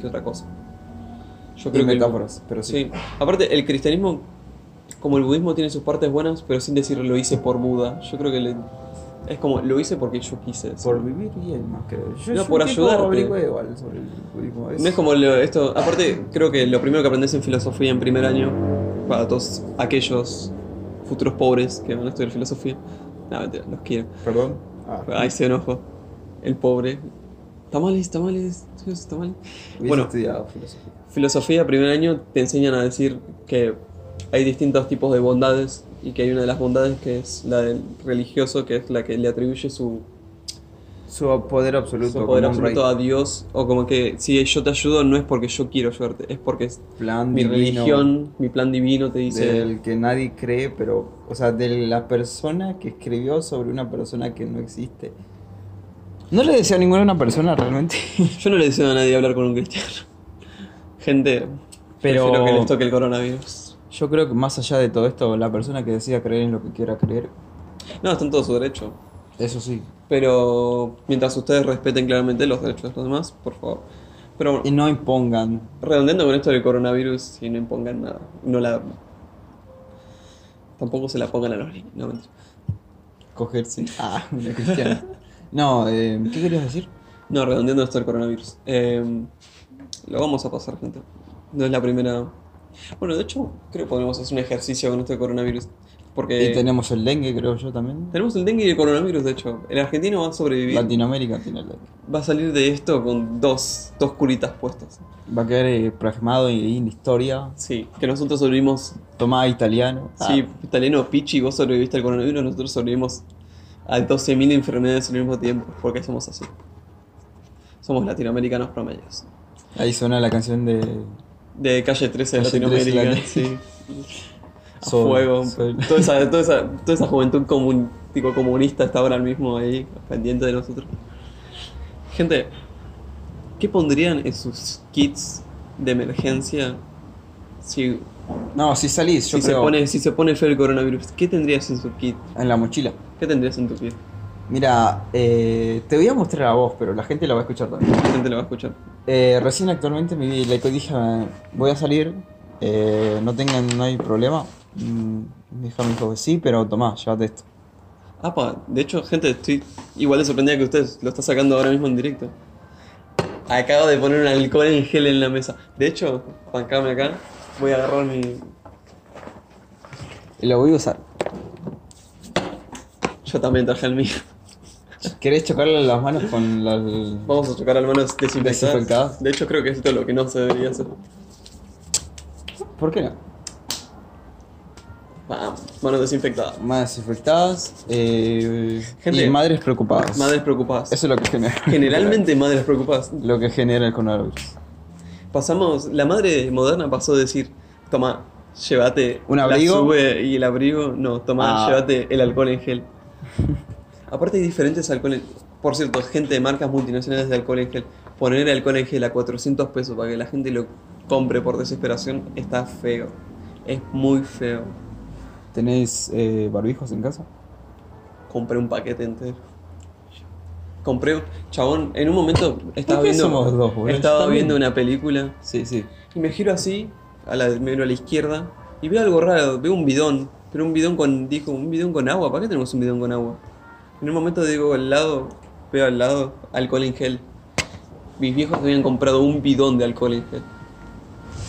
Speaker 1: que otra cosa. Yo
Speaker 2: Y
Speaker 1: creo que el-
Speaker 2: metáforas, pero sí.
Speaker 1: Sí, aparte el cristianismo, como el budismo, tiene sus partes buenas, pero sin decir lo hice por Buda. Yo creo que le- es como lo hice porque yo quise. eso.
Speaker 2: Por vivir y el más, creo. Yo,
Speaker 1: No,
Speaker 2: yo
Speaker 1: por
Speaker 2: un tiempo
Speaker 1: ayudarte.
Speaker 2: averigüé igual sobre el budismo.
Speaker 1: No es como lo- esto, aparte creo que lo primero que aprendes en filosofía en primer año, para todos aquellos futuros pobres que van a estudiar filosofía, no, mentira, los quiero.
Speaker 2: Perdón. Ah,
Speaker 1: Ay, se enojó. El pobre. Tamales, tamales, Dios, tamales.
Speaker 2: hubiese
Speaker 1: bueno.
Speaker 2: estudiado filosofía.
Speaker 1: Filosofía, primer año, te enseñan a decir que hay distintos tipos de bondades y que hay una de las bondades que es la del religioso, que es la que le atribuye su,
Speaker 2: Su poder absoluto.
Speaker 1: su poder
Speaker 2: como un
Speaker 1: absoluto a
Speaker 2: rey.
Speaker 1: Dios, o como que si yo te ayudo no es porque yo quiero ayudarte, es porque es
Speaker 2: Plan
Speaker 1: mi
Speaker 2: divino
Speaker 1: religión, mi plan divino te dice...
Speaker 2: Del que nadie cree, pero. O sea, de la persona que escribió sobre una persona que no existe. No le deseo a ninguna persona realmente.
Speaker 1: Yo no le deseo a nadie hablar con un cristiano. Gente,
Speaker 2: Pero-
Speaker 1: prefiero que les toque el coronavirus.
Speaker 2: Yo creo que más allá de todo esto, la persona que decida creer en lo que quiera creer,
Speaker 1: No, está en todo su derecho.
Speaker 2: eso sí.
Speaker 1: Pero mientras ustedes respeten claramente los derechos de los demás, por favor. Pero bueno,
Speaker 2: Y no impongan.
Speaker 1: redondeando con esto del coronavirus y no impongan nada. No la. Tampoco se la pongan a los niños. No, mentira.
Speaker 2: Cogerse. Ah, una cristiana. No, eh, ¿qué querías decir?
Speaker 1: No, redondeando esto del coronavirus. Eh, lo vamos a pasar, gente. No es la primera. Bueno, de hecho, creo que podemos hacer un ejercicio con esto del coronavirus. Porque.
Speaker 2: Y tenemos el dengue, creo yo también.
Speaker 1: Tenemos el dengue y el coronavirus, de hecho. El argentino va a sobrevivir.
Speaker 2: Latinoamérica tiene el dengue.
Speaker 1: Va a salir de esto con dos, dos curitas puestas.
Speaker 2: Va a quedar eh, plasmado y en la historia.
Speaker 1: Sí, que nosotros sobrevivimos.
Speaker 2: Tomada italiano. Ah,
Speaker 1: Sí, italiano Pichi, vos sobreviviste al coronavirus, nosotros sobrevivimos a 12.000 enfermedades al mismo tiempo, porque somos así. Somos latinoamericanos promedios.
Speaker 2: Ahí suena la canción de.
Speaker 1: De calle 13 de
Speaker 2: Calle 13
Speaker 1: Latinoamérica,
Speaker 2: Latino-
Speaker 1: sí. A
Speaker 2: Sol,
Speaker 1: fuego.
Speaker 2: sol.
Speaker 1: Toda, esa, toda, esa, toda esa juventud comun- tipo comunista está ahora mismo ahí, pendiente de nosotros. Gente, ¿qué pondrían en sus kits de emergencia si,
Speaker 2: No, si salís, yo
Speaker 1: si, se,
Speaker 2: creo.
Speaker 1: pone, si se pone feo el coronavirus? ¿Qué tendrías en su kit?
Speaker 2: En la mochila.
Speaker 1: ¿Qué tendrías en tu kit?
Speaker 2: Mira, eh, te voy a mostrar a vos, pero la gente la va a escuchar también.
Speaker 1: La gente lo va a escuchar.
Speaker 2: Eh, recién actualmente me vi, le dije, eh, voy a salir, eh, no tengan, no hay problema. Mm, Mi hija me dijo, sí, pero tomá, llévate esto.
Speaker 1: Apa, de hecho, gente, estoy igual de sorprendida que ustedes. Lo está sacando ahora mismo en directo. Acabo de poner un alcohol en gel en la mesa. De hecho, bancame acá. Voy a agarrar mi.
Speaker 2: Y lo voy a usar.
Speaker 1: Yo también traje el mío.
Speaker 2: ¿Querés chocarle las manos con la...
Speaker 1: Vamos a chocar al manos desinfectadas.
Speaker 2: Desinfectadas.
Speaker 1: De hecho, creo que esto es lo que no se debería hacer.
Speaker 2: ¿Por qué no?
Speaker 1: Vamos, manos desinfectadas.
Speaker 2: Madres afectadas eh,
Speaker 1: Gente-
Speaker 2: y madres preocupadas.
Speaker 1: Madres preocupadas.
Speaker 2: Eso es lo que genera.
Speaker 1: Generalmente, madres preocupadas.
Speaker 2: lo que genera el coronavirus.
Speaker 1: Pasamos. La madre moderna pasó a decir: toma, llévate.
Speaker 2: ¿Un
Speaker 1: la
Speaker 2: abrigo?
Speaker 1: sube y el abrigo. No, toma,
Speaker 2: Ah.
Speaker 1: llévate el alcohol en gel. Aparte, hay diferentes alcoholes. Por cierto, gente de marcas multinacionales de alcohol en gel. Poner alcohol en gel a 400 pesos para que la gente lo compre por desesperación está feo. Es muy feo.
Speaker 2: ¿Tenés eh, barbijos en casa?
Speaker 1: Compré un paquete entero. Compré, un- chabón, en un momento estaba
Speaker 2: qué
Speaker 1: viendo,
Speaker 2: somos dos, boludo? Yo
Speaker 1: estaba
Speaker 2: también.
Speaker 1: viendo una película
Speaker 2: Sí, sí.
Speaker 1: y me giro así, a la, me miro a la izquierda y veo algo raro, veo un bidón, pero un bidón con, dijo, un bidón con agua, ¿para qué tenemos un bidón con agua? En un momento digo, al lado, veo al lado alcohol en gel. Mis viejos habían comprado un bidón de alcohol en gel.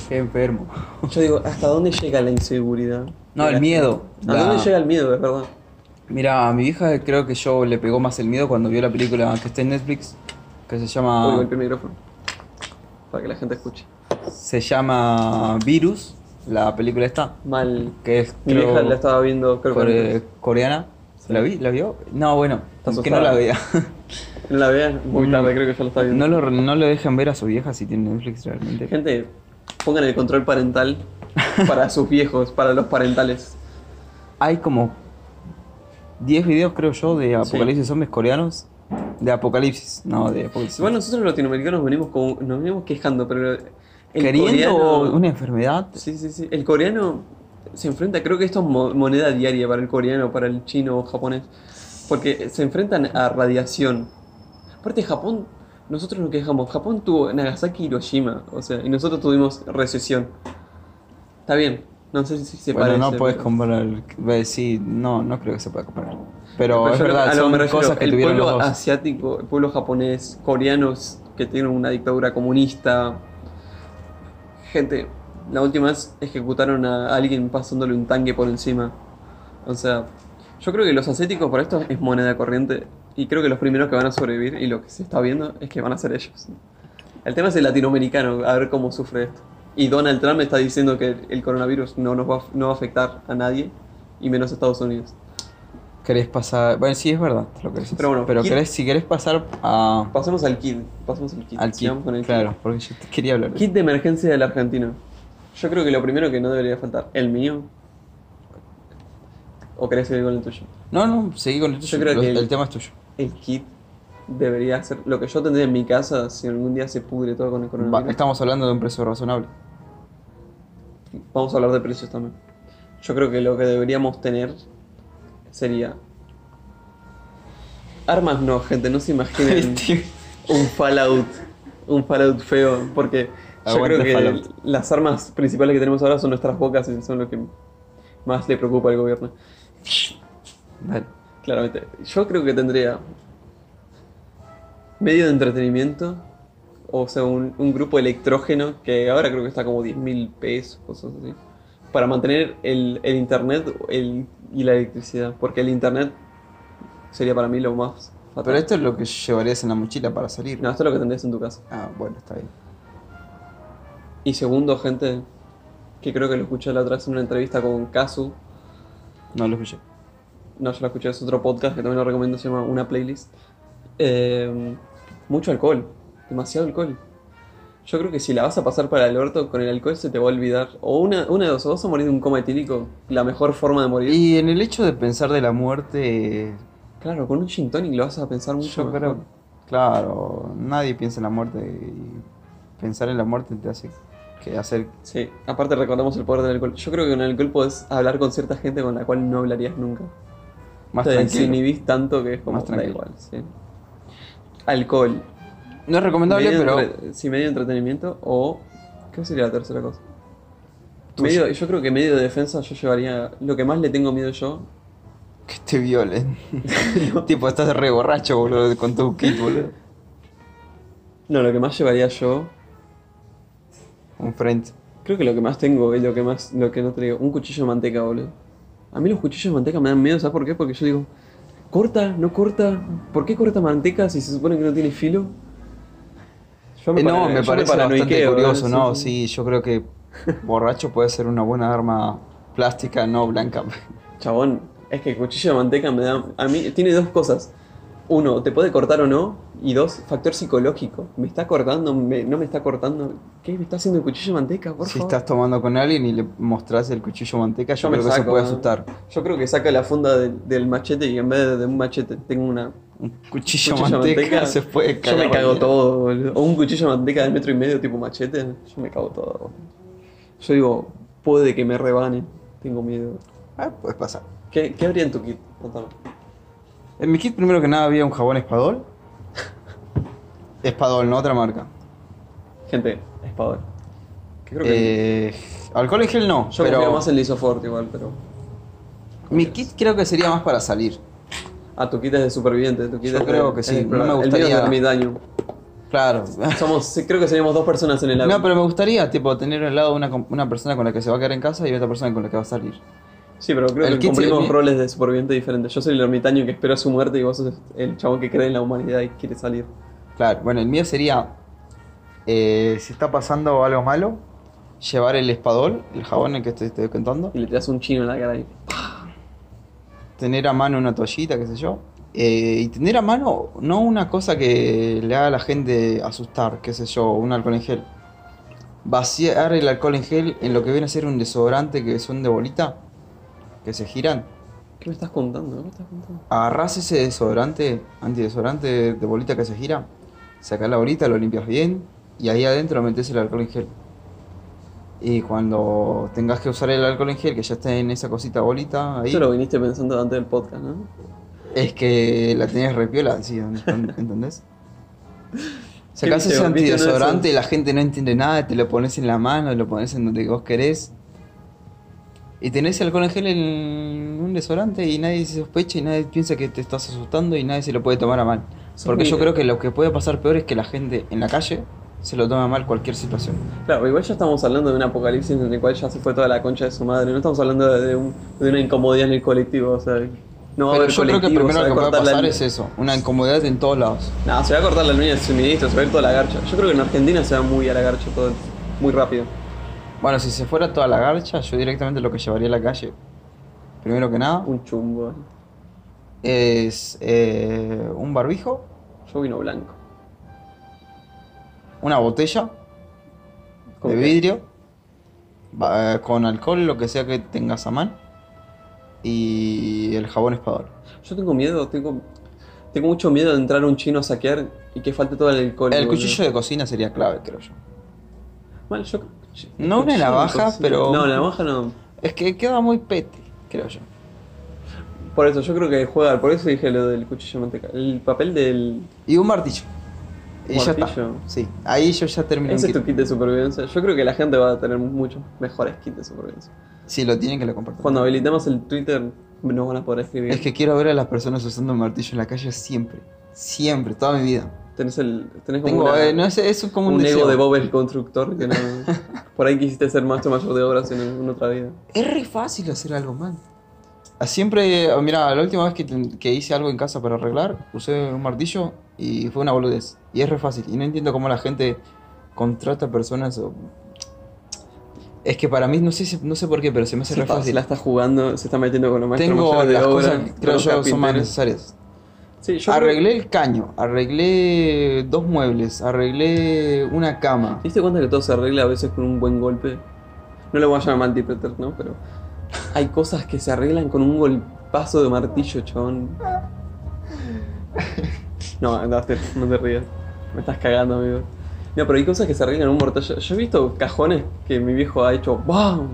Speaker 2: Qué enfermo.
Speaker 1: Yo digo, ¿hasta dónde llega la inseguridad?
Speaker 2: No, el miedo. Ah.
Speaker 1: ¿A
Speaker 2: La-
Speaker 1: dónde llega el miedo, de verdad?
Speaker 2: Mira, a mi hija creo que yo le pegó más el miedo cuando vio la película que está en Netflix, que se
Speaker 1: Voy a
Speaker 2: llama
Speaker 1: golpear el micrófono para que la gente escuche.
Speaker 2: se llama Virus, la película esta,
Speaker 1: Mal.
Speaker 2: que es
Speaker 1: Mi
Speaker 2: creo,
Speaker 1: vieja la estaba viendo, creo que
Speaker 2: core- coreana. ¿La vi? ¿La vio? No, bueno,
Speaker 1: Está
Speaker 2: que no
Speaker 1: asustada.
Speaker 2: la vea.
Speaker 1: no la vean muy
Speaker 2: Mm.
Speaker 1: tarde, creo que ya la estaba viendo.
Speaker 2: no lo no lo dejan ver a su vieja si tiene Netflix realmente.
Speaker 1: Gente, pongan el control parental para sus viejos, para los parentales.
Speaker 2: Hay como 10 videos creo yo de apocalipsis zombies coreanos, de apocalipsis, no, de apocalipsis.
Speaker 1: Igual nosotros los latinoamericanos venimos con- nos venimos quejando, pero el
Speaker 2: queriendo
Speaker 1: coreano,
Speaker 2: una enfermedad
Speaker 1: Sí, sí, sí. El coreano se enfrenta, creo que esto es mo- moneda diaria para el coreano, para el chino o japonés, porque se enfrentan a radiación. Aparte, Japón, nosotros nos quejamos. Japón tuvo Nagasaki y Hiroshima, o sea, y nosotros tuvimos recesión. Está bien, no sé si se
Speaker 2: bueno,
Speaker 1: parece.
Speaker 2: no puedes
Speaker 1: pero-
Speaker 2: comparar. el- ve, Sí, no, no creo que se pueda comparar. Pero,
Speaker 1: Pero
Speaker 2: es
Speaker 1: yo lo- a
Speaker 2: verdad,
Speaker 1: lo
Speaker 2: son
Speaker 1: me refiero,
Speaker 2: cosas que
Speaker 1: el
Speaker 2: tuvieron los
Speaker 1: pueblo
Speaker 2: dos.
Speaker 1: asiático, el pueblo japonés, coreanos que tienen una dictadura comunista. Gente, la última vez ejecutaron a alguien pasándole un tanque por encima. O sea, yo creo que los asiáticos por esto es moneda corriente y creo que los primeros que van a sobrevivir y lo que se está viendo es que van a ser ellos. El tema es el latinoamericano, a ver cómo sufre esto. Y Donald Trump está diciendo que el coronavirus no nos va, a- no va a afectar a nadie y menos a Estados Unidos.
Speaker 2: Querés pasar. Bueno, sí, es verdad lo que decís.
Speaker 1: Pero bueno, ¿quién-
Speaker 2: querés- si querés pasar a,
Speaker 1: Pasemos al kit. Pasemos al kit.
Speaker 2: al kit.
Speaker 1: Sigamos con el kit.
Speaker 2: Claro, porque yo te quería hablar. de-
Speaker 1: Kit de emergencia del argentino. Yo creo que lo primero que no debería faltar, el mío. ¿O querés seguir con el tuyo?
Speaker 2: No, no, seguí con el tuyo.
Speaker 1: creo
Speaker 2: lo-
Speaker 1: que
Speaker 2: el...
Speaker 1: el-
Speaker 2: tema es tuyo.
Speaker 1: El kit debería ser lo que yo tendría en mi casa si algún día se pudre todo con el
Speaker 2: Va,
Speaker 1: coronavirus.
Speaker 2: estamos hablando de un precio razonable.
Speaker 1: Vamos a hablar de precios también. Yo creo que lo que deberíamos tener sería. Armas no, gente, no se imaginen un Fallout. Un Fallout feo, porque yo
Speaker 3: Aguante
Speaker 1: creo que
Speaker 3: Fallout.
Speaker 1: las armas principales que tenemos ahora son nuestras bocas y son lo que más le preocupa al gobierno.
Speaker 2: Dale.
Speaker 1: Claramente. Yo creo que tendría medio de entretenimiento, o sea, un, un grupo electrógeno que ahora creo que está como 10 mil pesos, cosas así, para mantener el, el internet el- y la electricidad, porque el internet sería para mí lo más fatal.
Speaker 2: Pero este- esto es lo que llevarías en la mochila para salir.
Speaker 1: No, esto es lo que tendrías en tu casa.
Speaker 2: Ah, bueno, está bien.
Speaker 1: Y segundo, gente, que creo que lo escuché la otra vez en una entrevista con Kazu,
Speaker 2: No lo escuché.
Speaker 1: No, yo la escuché, es otro podcast que también lo recomiendo, se llama Una Playlist. Eh, mucho alcohol, demasiado alcohol. Yo creo que si la vas a pasar para el orto con el alcohol se te va a olvidar. O una, una de dos, o vas a morir de un coma etílico, la mejor forma de morir.
Speaker 2: Y en el hecho de pensar de la muerte,
Speaker 1: Claro, con un gin tonic lo vas a pensar mucho
Speaker 2: yo
Speaker 1: mejor.
Speaker 2: creo, claro, nadie piensa en la muerte y pensar en la muerte te hace que hacer
Speaker 1: Sí, aparte recordamos el poder del alcohol. Yo creo que con el alcohol podés hablar con cierta gente con la cual no hablarías nunca.
Speaker 2: más
Speaker 1: te
Speaker 2: tranquilo.
Speaker 1: desinhibís tanto que es como
Speaker 2: Más
Speaker 1: da
Speaker 2: tranquilo.
Speaker 1: igual, sí. Alcohol.
Speaker 2: No es recomendable,
Speaker 1: Medio
Speaker 2: pero
Speaker 1: entre- sí, medio entretenimiento o. ¿Qué sería la tercera cosa?
Speaker 2: Tuyo.
Speaker 1: Medio, yo creo que medio de defensa yo llevaría. Lo que más le tengo miedo yo.
Speaker 2: que te violen. tipo, estás re borracho, boludo, con tu kit, boludo.
Speaker 1: No, lo que más llevaría yo.
Speaker 2: Un friend.
Speaker 1: Creo que lo que más tengo es lo que más. Lo que no traigo. Un cuchillo de manteca, boludo. A mí los cuchillos de manteca me dan miedo, ¿sabes por qué? Porque yo digo. Corta, no corta. ¿Por qué corta manteca si se supone que no tiene filo? Yo
Speaker 2: Eh, no,
Speaker 1: parano- yo
Speaker 2: me parece bastante
Speaker 1: paranoiqueo,
Speaker 2: curioso,
Speaker 1: ¿verdad?
Speaker 2: ¿no? Sí, yo creo que borracho puede ser una buena arma plástica, no blanca.
Speaker 1: Chabón, es que el cuchillo de manteca me da. A mí tiene dos cosas. Uno, te puede cortar o no. Y dos, factor psicológico. ¿Me está cortando? ¿Me- ¿No me está cortando? ¿Qué me está haciendo el cuchillo de manteca? Por
Speaker 2: Si
Speaker 1: favor.
Speaker 2: estás tomando con alguien y le mostrás el cuchillo manteca, yo,
Speaker 1: Yo me
Speaker 2: creo que se
Speaker 1: saco,
Speaker 2: puede
Speaker 1: ¿eh?
Speaker 2: asustar.
Speaker 1: Yo creo que saca la funda de- del machete y en vez de, de un machete tengo una.
Speaker 2: Un cuchillo,
Speaker 1: cuchillo de
Speaker 2: manteca, se puede
Speaker 1: Yo
Speaker 2: cagar.
Speaker 1: me cago
Speaker 2: cualquiera.
Speaker 1: todo, boludo. O un cuchillo de manteca de metro y medio tipo machete. Yo me cago todo. boludo. Yo digo, puede que me rebanen. Tengo miedo.
Speaker 2: Ah, puedes pasar.
Speaker 1: ¿Qué, qué habría en tu kit? Contame.
Speaker 2: En mi kit, primero que nada, había un jabón espadol. Espadol, no otra marca.
Speaker 1: Gente, espadón. Que creo que.
Speaker 2: Eh, alcohol en gel no,
Speaker 1: Yo
Speaker 2: pero
Speaker 1: confío más en Lisofort igual, pero.
Speaker 2: mi kit creo que sería más para salir.
Speaker 1: Ah, tu kit es de superviviente, tu kit
Speaker 2: Yo
Speaker 1: es de-
Speaker 2: creo que
Speaker 1: es
Speaker 2: sí,
Speaker 1: de
Speaker 2: no me
Speaker 1: explorar. El mío
Speaker 2: gustaría-
Speaker 1: es de ermitaño.
Speaker 2: Claro.
Speaker 1: Somos, sí, creo que seríamos dos personas en el avión.
Speaker 2: No, pero me gustaría tipo tener al lado una, com- una persona con la que se va a quedar en casa y otra persona con la que va a salir.
Speaker 1: Sí, pero creo
Speaker 2: el
Speaker 1: que
Speaker 2: kit
Speaker 1: cumplimos
Speaker 2: sería-
Speaker 1: roles de superviviente diferentes. Yo soy el ermitaño que espera su muerte y vos sos el chabón que cree en la humanidad y quiere salir.
Speaker 2: Claro, bueno, el mío sería, eh, si está pasando algo malo, llevar el espadol, el jabón el que te estoy contando,
Speaker 1: Y le tiras un chino en la cara y.
Speaker 2: tener a mano una toallita, qué sé yo, eh, y tener a mano no una cosa que le haga a la gente asustar, qué sé yo, un alcohol en gel. Vaciar el alcohol en gel en lo que viene a ser un desodorante que son de bolita, que se giran.
Speaker 1: ¿Qué me estás contando? ¿Qué me estás contando?
Speaker 2: Agarrás ese desodorante, antidesodorante de bolita que se gira, sacás la bolita, lo limpias bien y ahí adentro metes el alcohol en gel. Y cuando tengas que usar el alcohol en gel, que ya está en esa cosita bolita ahí,
Speaker 1: Esto lo viniste pensando antes del podcast, ¿no?
Speaker 2: es que la tenés repiola, sí, ent- ¿entendés? Sacás
Speaker 1: ¿Qué viste?
Speaker 2: ese
Speaker 1: ¿Viste uno de
Speaker 2: antidesodorante,
Speaker 1: esos?
Speaker 2: la gente no entiende nada, te lo pones en la mano, lo pones en donde vos querés. Y tenés alcohol en gel en un desodorante y nadie se sospecha y nadie piensa que te estás asustando y nadie se lo puede tomar a mal.
Speaker 1: Sos
Speaker 2: Porque
Speaker 1: muy-
Speaker 2: yo creo que lo que puede pasar peor es que la gente en la calle se lo tome a mal cualquier situación.
Speaker 1: Claro, igual ya estamos hablando de un apocalipsis en el cual ya se fue toda la concha de su madre. No estamos hablando de, de un- de una incomodidad en el colectivo, o sea. No va a
Speaker 2: Pero
Speaker 1: haber
Speaker 2: yo creo que
Speaker 1: colectivo, se
Speaker 2: primero
Speaker 1: va a
Speaker 2: lo que puede
Speaker 1: cortar la
Speaker 2: pasar
Speaker 1: luz.
Speaker 2: es eso, una incomodidad en todos lados.
Speaker 1: No, se va a cortar la línea de suministro, se va a ir toda la garcha. Yo creo que en Argentina se va muy a la garcha todo, muy rápido.
Speaker 2: Bueno, si se fuera toda la garcha, yo directamente lo que llevaría a la calle, primero que nada,
Speaker 1: Un chumbo.
Speaker 2: es eh, un barbijo,
Speaker 1: Yo vino blanco.
Speaker 2: una botella
Speaker 1: ¿Con
Speaker 2: de
Speaker 1: qué?
Speaker 2: vidrio, va- eh, con alcohol, lo que sea que tengas a mano, y el jabón espadol.
Speaker 1: Yo tengo miedo, tengo. Tengo mucho miedo de entrar un chino a saquear y que falte todo el alcohol.
Speaker 2: El
Speaker 1: boludo.
Speaker 2: cuchillo de cocina sería clave, creo yo.
Speaker 1: Bueno, yo.
Speaker 2: No una
Speaker 1: cuchillo,
Speaker 2: navaja,
Speaker 1: cocina.
Speaker 2: pero-
Speaker 1: No, la navaja no.
Speaker 2: Es que queda muy pete, creo yo.
Speaker 1: Por eso, yo creo que juega. Por eso dije lo del cuchillo de manteca. El papel del.
Speaker 2: Y un martillo. Y ya está.
Speaker 1: Martillo.
Speaker 2: Sí, ahí yo ya terminé.
Speaker 1: Ese
Speaker 2: un
Speaker 1: es tu
Speaker 2: kit.
Speaker 1: kit de supervivencia. Yo creo que la gente va a tener muchos mejores kits de supervivencia.
Speaker 2: Sí, lo tienen que lo compartir.
Speaker 1: Cuando habilitemos el Twitter, nos van a poder escribir.
Speaker 2: Es que quiero ver a las personas usando un martillo en la calle siempre. Siempre, toda mi vida.
Speaker 1: Tenés, el, tenés como
Speaker 2: Tengo,
Speaker 1: una-
Speaker 2: eh, no sé, eso es como
Speaker 1: un,
Speaker 2: un,
Speaker 1: ego
Speaker 2: deseo.
Speaker 1: de Bob el constructor que no. por ahí quisiste ser macho mayor de obras en alguna otra vida.
Speaker 2: Es re fácil hacer algo mal. Ah, Siempre, ah, mira, la última vez que, ten- que hice algo en casa para arreglar, usé un martillo y fue una boludez. Y es re fácil. Y no entiendo cómo la gente contrata personas o... Es que para mí, no sé, si- no sé por qué, pero se me hace
Speaker 1: Se
Speaker 2: re
Speaker 1: está- se
Speaker 2: fácil.
Speaker 1: la está jugando, se está metiendo con los maestros
Speaker 2: Tengo
Speaker 1: mayores de
Speaker 2: las
Speaker 1: obra,
Speaker 2: cosas que creo
Speaker 1: los
Speaker 2: yo son más
Speaker 1: carpinteros.
Speaker 2: necesarias.
Speaker 1: Sí, yo creo-
Speaker 2: Arreglé el caño, arreglé dos muebles, arreglé una cama.
Speaker 1: ¿Te diste cuenta que todo se arregla a veces con un buen golpe? No lo voy a llamar Maltipeter, ¿no? Pero hay cosas que se arreglan con un golpazo de martillo, chabón. No, andaste, no te rías. Me estás cagando, amigo. No, pero hay cosas que se arreglan con un mortallo. Yo he visto cajones que mi viejo ha hecho ¡BAM!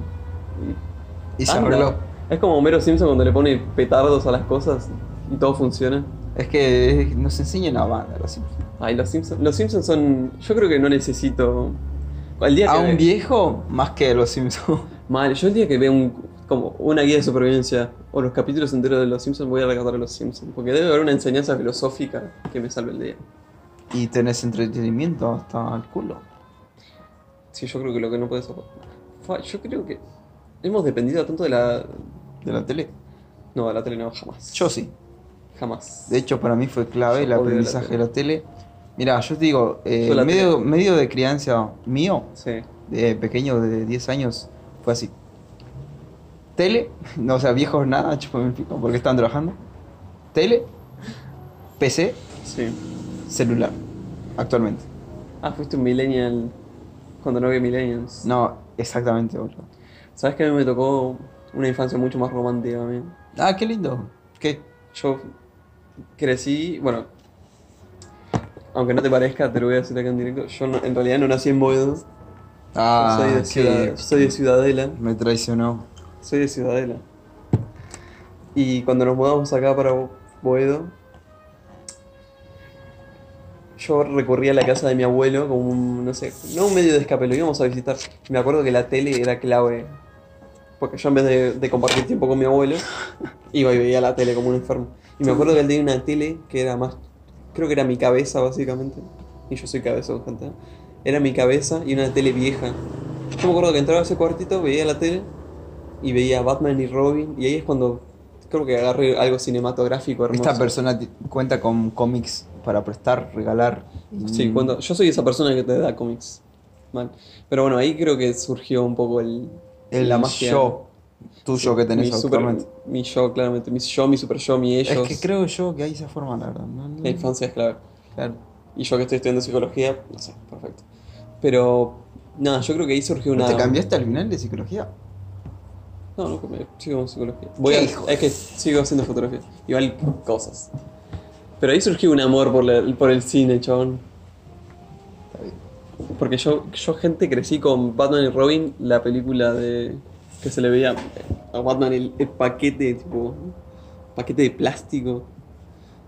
Speaker 1: Y
Speaker 2: Y se
Speaker 1: anda.
Speaker 2: arregló.
Speaker 1: Es como Homero Simpson cuando le pone petardos a las cosas y todo funciona.
Speaker 2: Es que eh, nos enseñan a banda, los Simpsons.
Speaker 1: Ay, los Simpsons. Los Simpsons son. Yo creo que no necesito. Al día
Speaker 2: A
Speaker 1: que
Speaker 2: un viejo más que a los Simpsons.
Speaker 1: Mal, yo el día que veo un- como una guía de supervivencia o los capítulos enteros de Los Simpsons voy a recatar a Los Simpsons, porque debe haber una enseñanza filosófica que me salve el día.
Speaker 2: Y tenés entretenimiento hasta el culo.
Speaker 1: Sí, yo creo que lo que no puede soportar. Fa, Yo creo que hemos dependido tanto de la...
Speaker 2: De la tele.
Speaker 1: No, de la tele no, jamás.
Speaker 2: Yo sí.
Speaker 1: Jamás.
Speaker 2: De hecho, para mí fue clave
Speaker 1: Yo
Speaker 2: el
Speaker 1: odio la
Speaker 2: aprendizaje de la tele. Mira, yo te digo, eh,
Speaker 1: Yo la
Speaker 2: medio, medio de crianza mío,
Speaker 1: Sí.
Speaker 2: de pequeño de 10 años, fue así. Tele, no, o sea, viejos nada, chupame el pico, porque estaban trabajando. Tele, PC,
Speaker 1: Sí.
Speaker 2: celular, actualmente.
Speaker 1: Ah, fuiste un millennial cuando no había millennials.
Speaker 2: No, exactamente, boludo.
Speaker 1: Sabes que a mí me tocó una infancia mucho más romántica a mí.
Speaker 2: Ah, qué lindo. Qué
Speaker 1: Yo crecí, bueno, aunque no te parezca, te lo voy a decir acá en directo, yo no- en realidad no nací en Boedo,
Speaker 2: Ah,
Speaker 1: soy, de
Speaker 2: qué-
Speaker 1: Ciudad- soy de Ciudadela,
Speaker 2: Me traicionó.
Speaker 1: soy de Ciudadela. Y cuando nos mudamos acá para Bo- Boedo, yo recorría la casa de mi abuelo como un, no sé, no un medio de escape, lo íbamos a visitar. Me acuerdo que la tele era clave, porque yo en vez de, de compartir tiempo con mi abuelo, iba y veía la tele como un enfermo. Y me acuerdo que él tenía una tele que era más, creo que era mi cabeza básicamente, y yo soy cabeza, gente. ¿no? Era mi cabeza y una tele vieja. Yo me acuerdo que entraba a ese cuartito, veía la tele y veía Batman y Robin, y ahí es cuando creo que agarré algo cinematográfico hermoso.
Speaker 2: Esta persona ti- cuenta con cómics para prestar, regalar. Mm, y-
Speaker 1: Sí, cuando yo soy esa persona que te da cómics. Mal. Pero bueno, ahí creo que surgió un poco el,
Speaker 2: El
Speaker 1: la magia.
Speaker 2: yo tuyo que tenés
Speaker 1: mi, super-
Speaker 2: actualmente.
Speaker 1: mi yo, claramente. Mi yo, mi super yo, mi ellos.
Speaker 2: Es que creo yo que ahí se forma, la verdad. ¿no?
Speaker 1: La infancia es clave.
Speaker 2: Claro.
Speaker 1: Y yo que estoy estudiando psicología, no sé, perfecto. Pero nada, yo creo que ahí surgió
Speaker 2: ¿No
Speaker 1: una.
Speaker 2: ¿Te cambiaste al final de psicología?
Speaker 1: No, no, me- sigo con psicología. Voy
Speaker 2: ¿Qué
Speaker 1: a-
Speaker 2: hijo Mm.
Speaker 1: es que sigo haciendo fotografía. Igual cosas. Pero ahí surgió un amor por, la- por el cine, chabón. Porque yo, yo, gente, crecí con Batman y Robin, la película de que se le veía a Batman el, el paquete, tipo, paquete de plástico.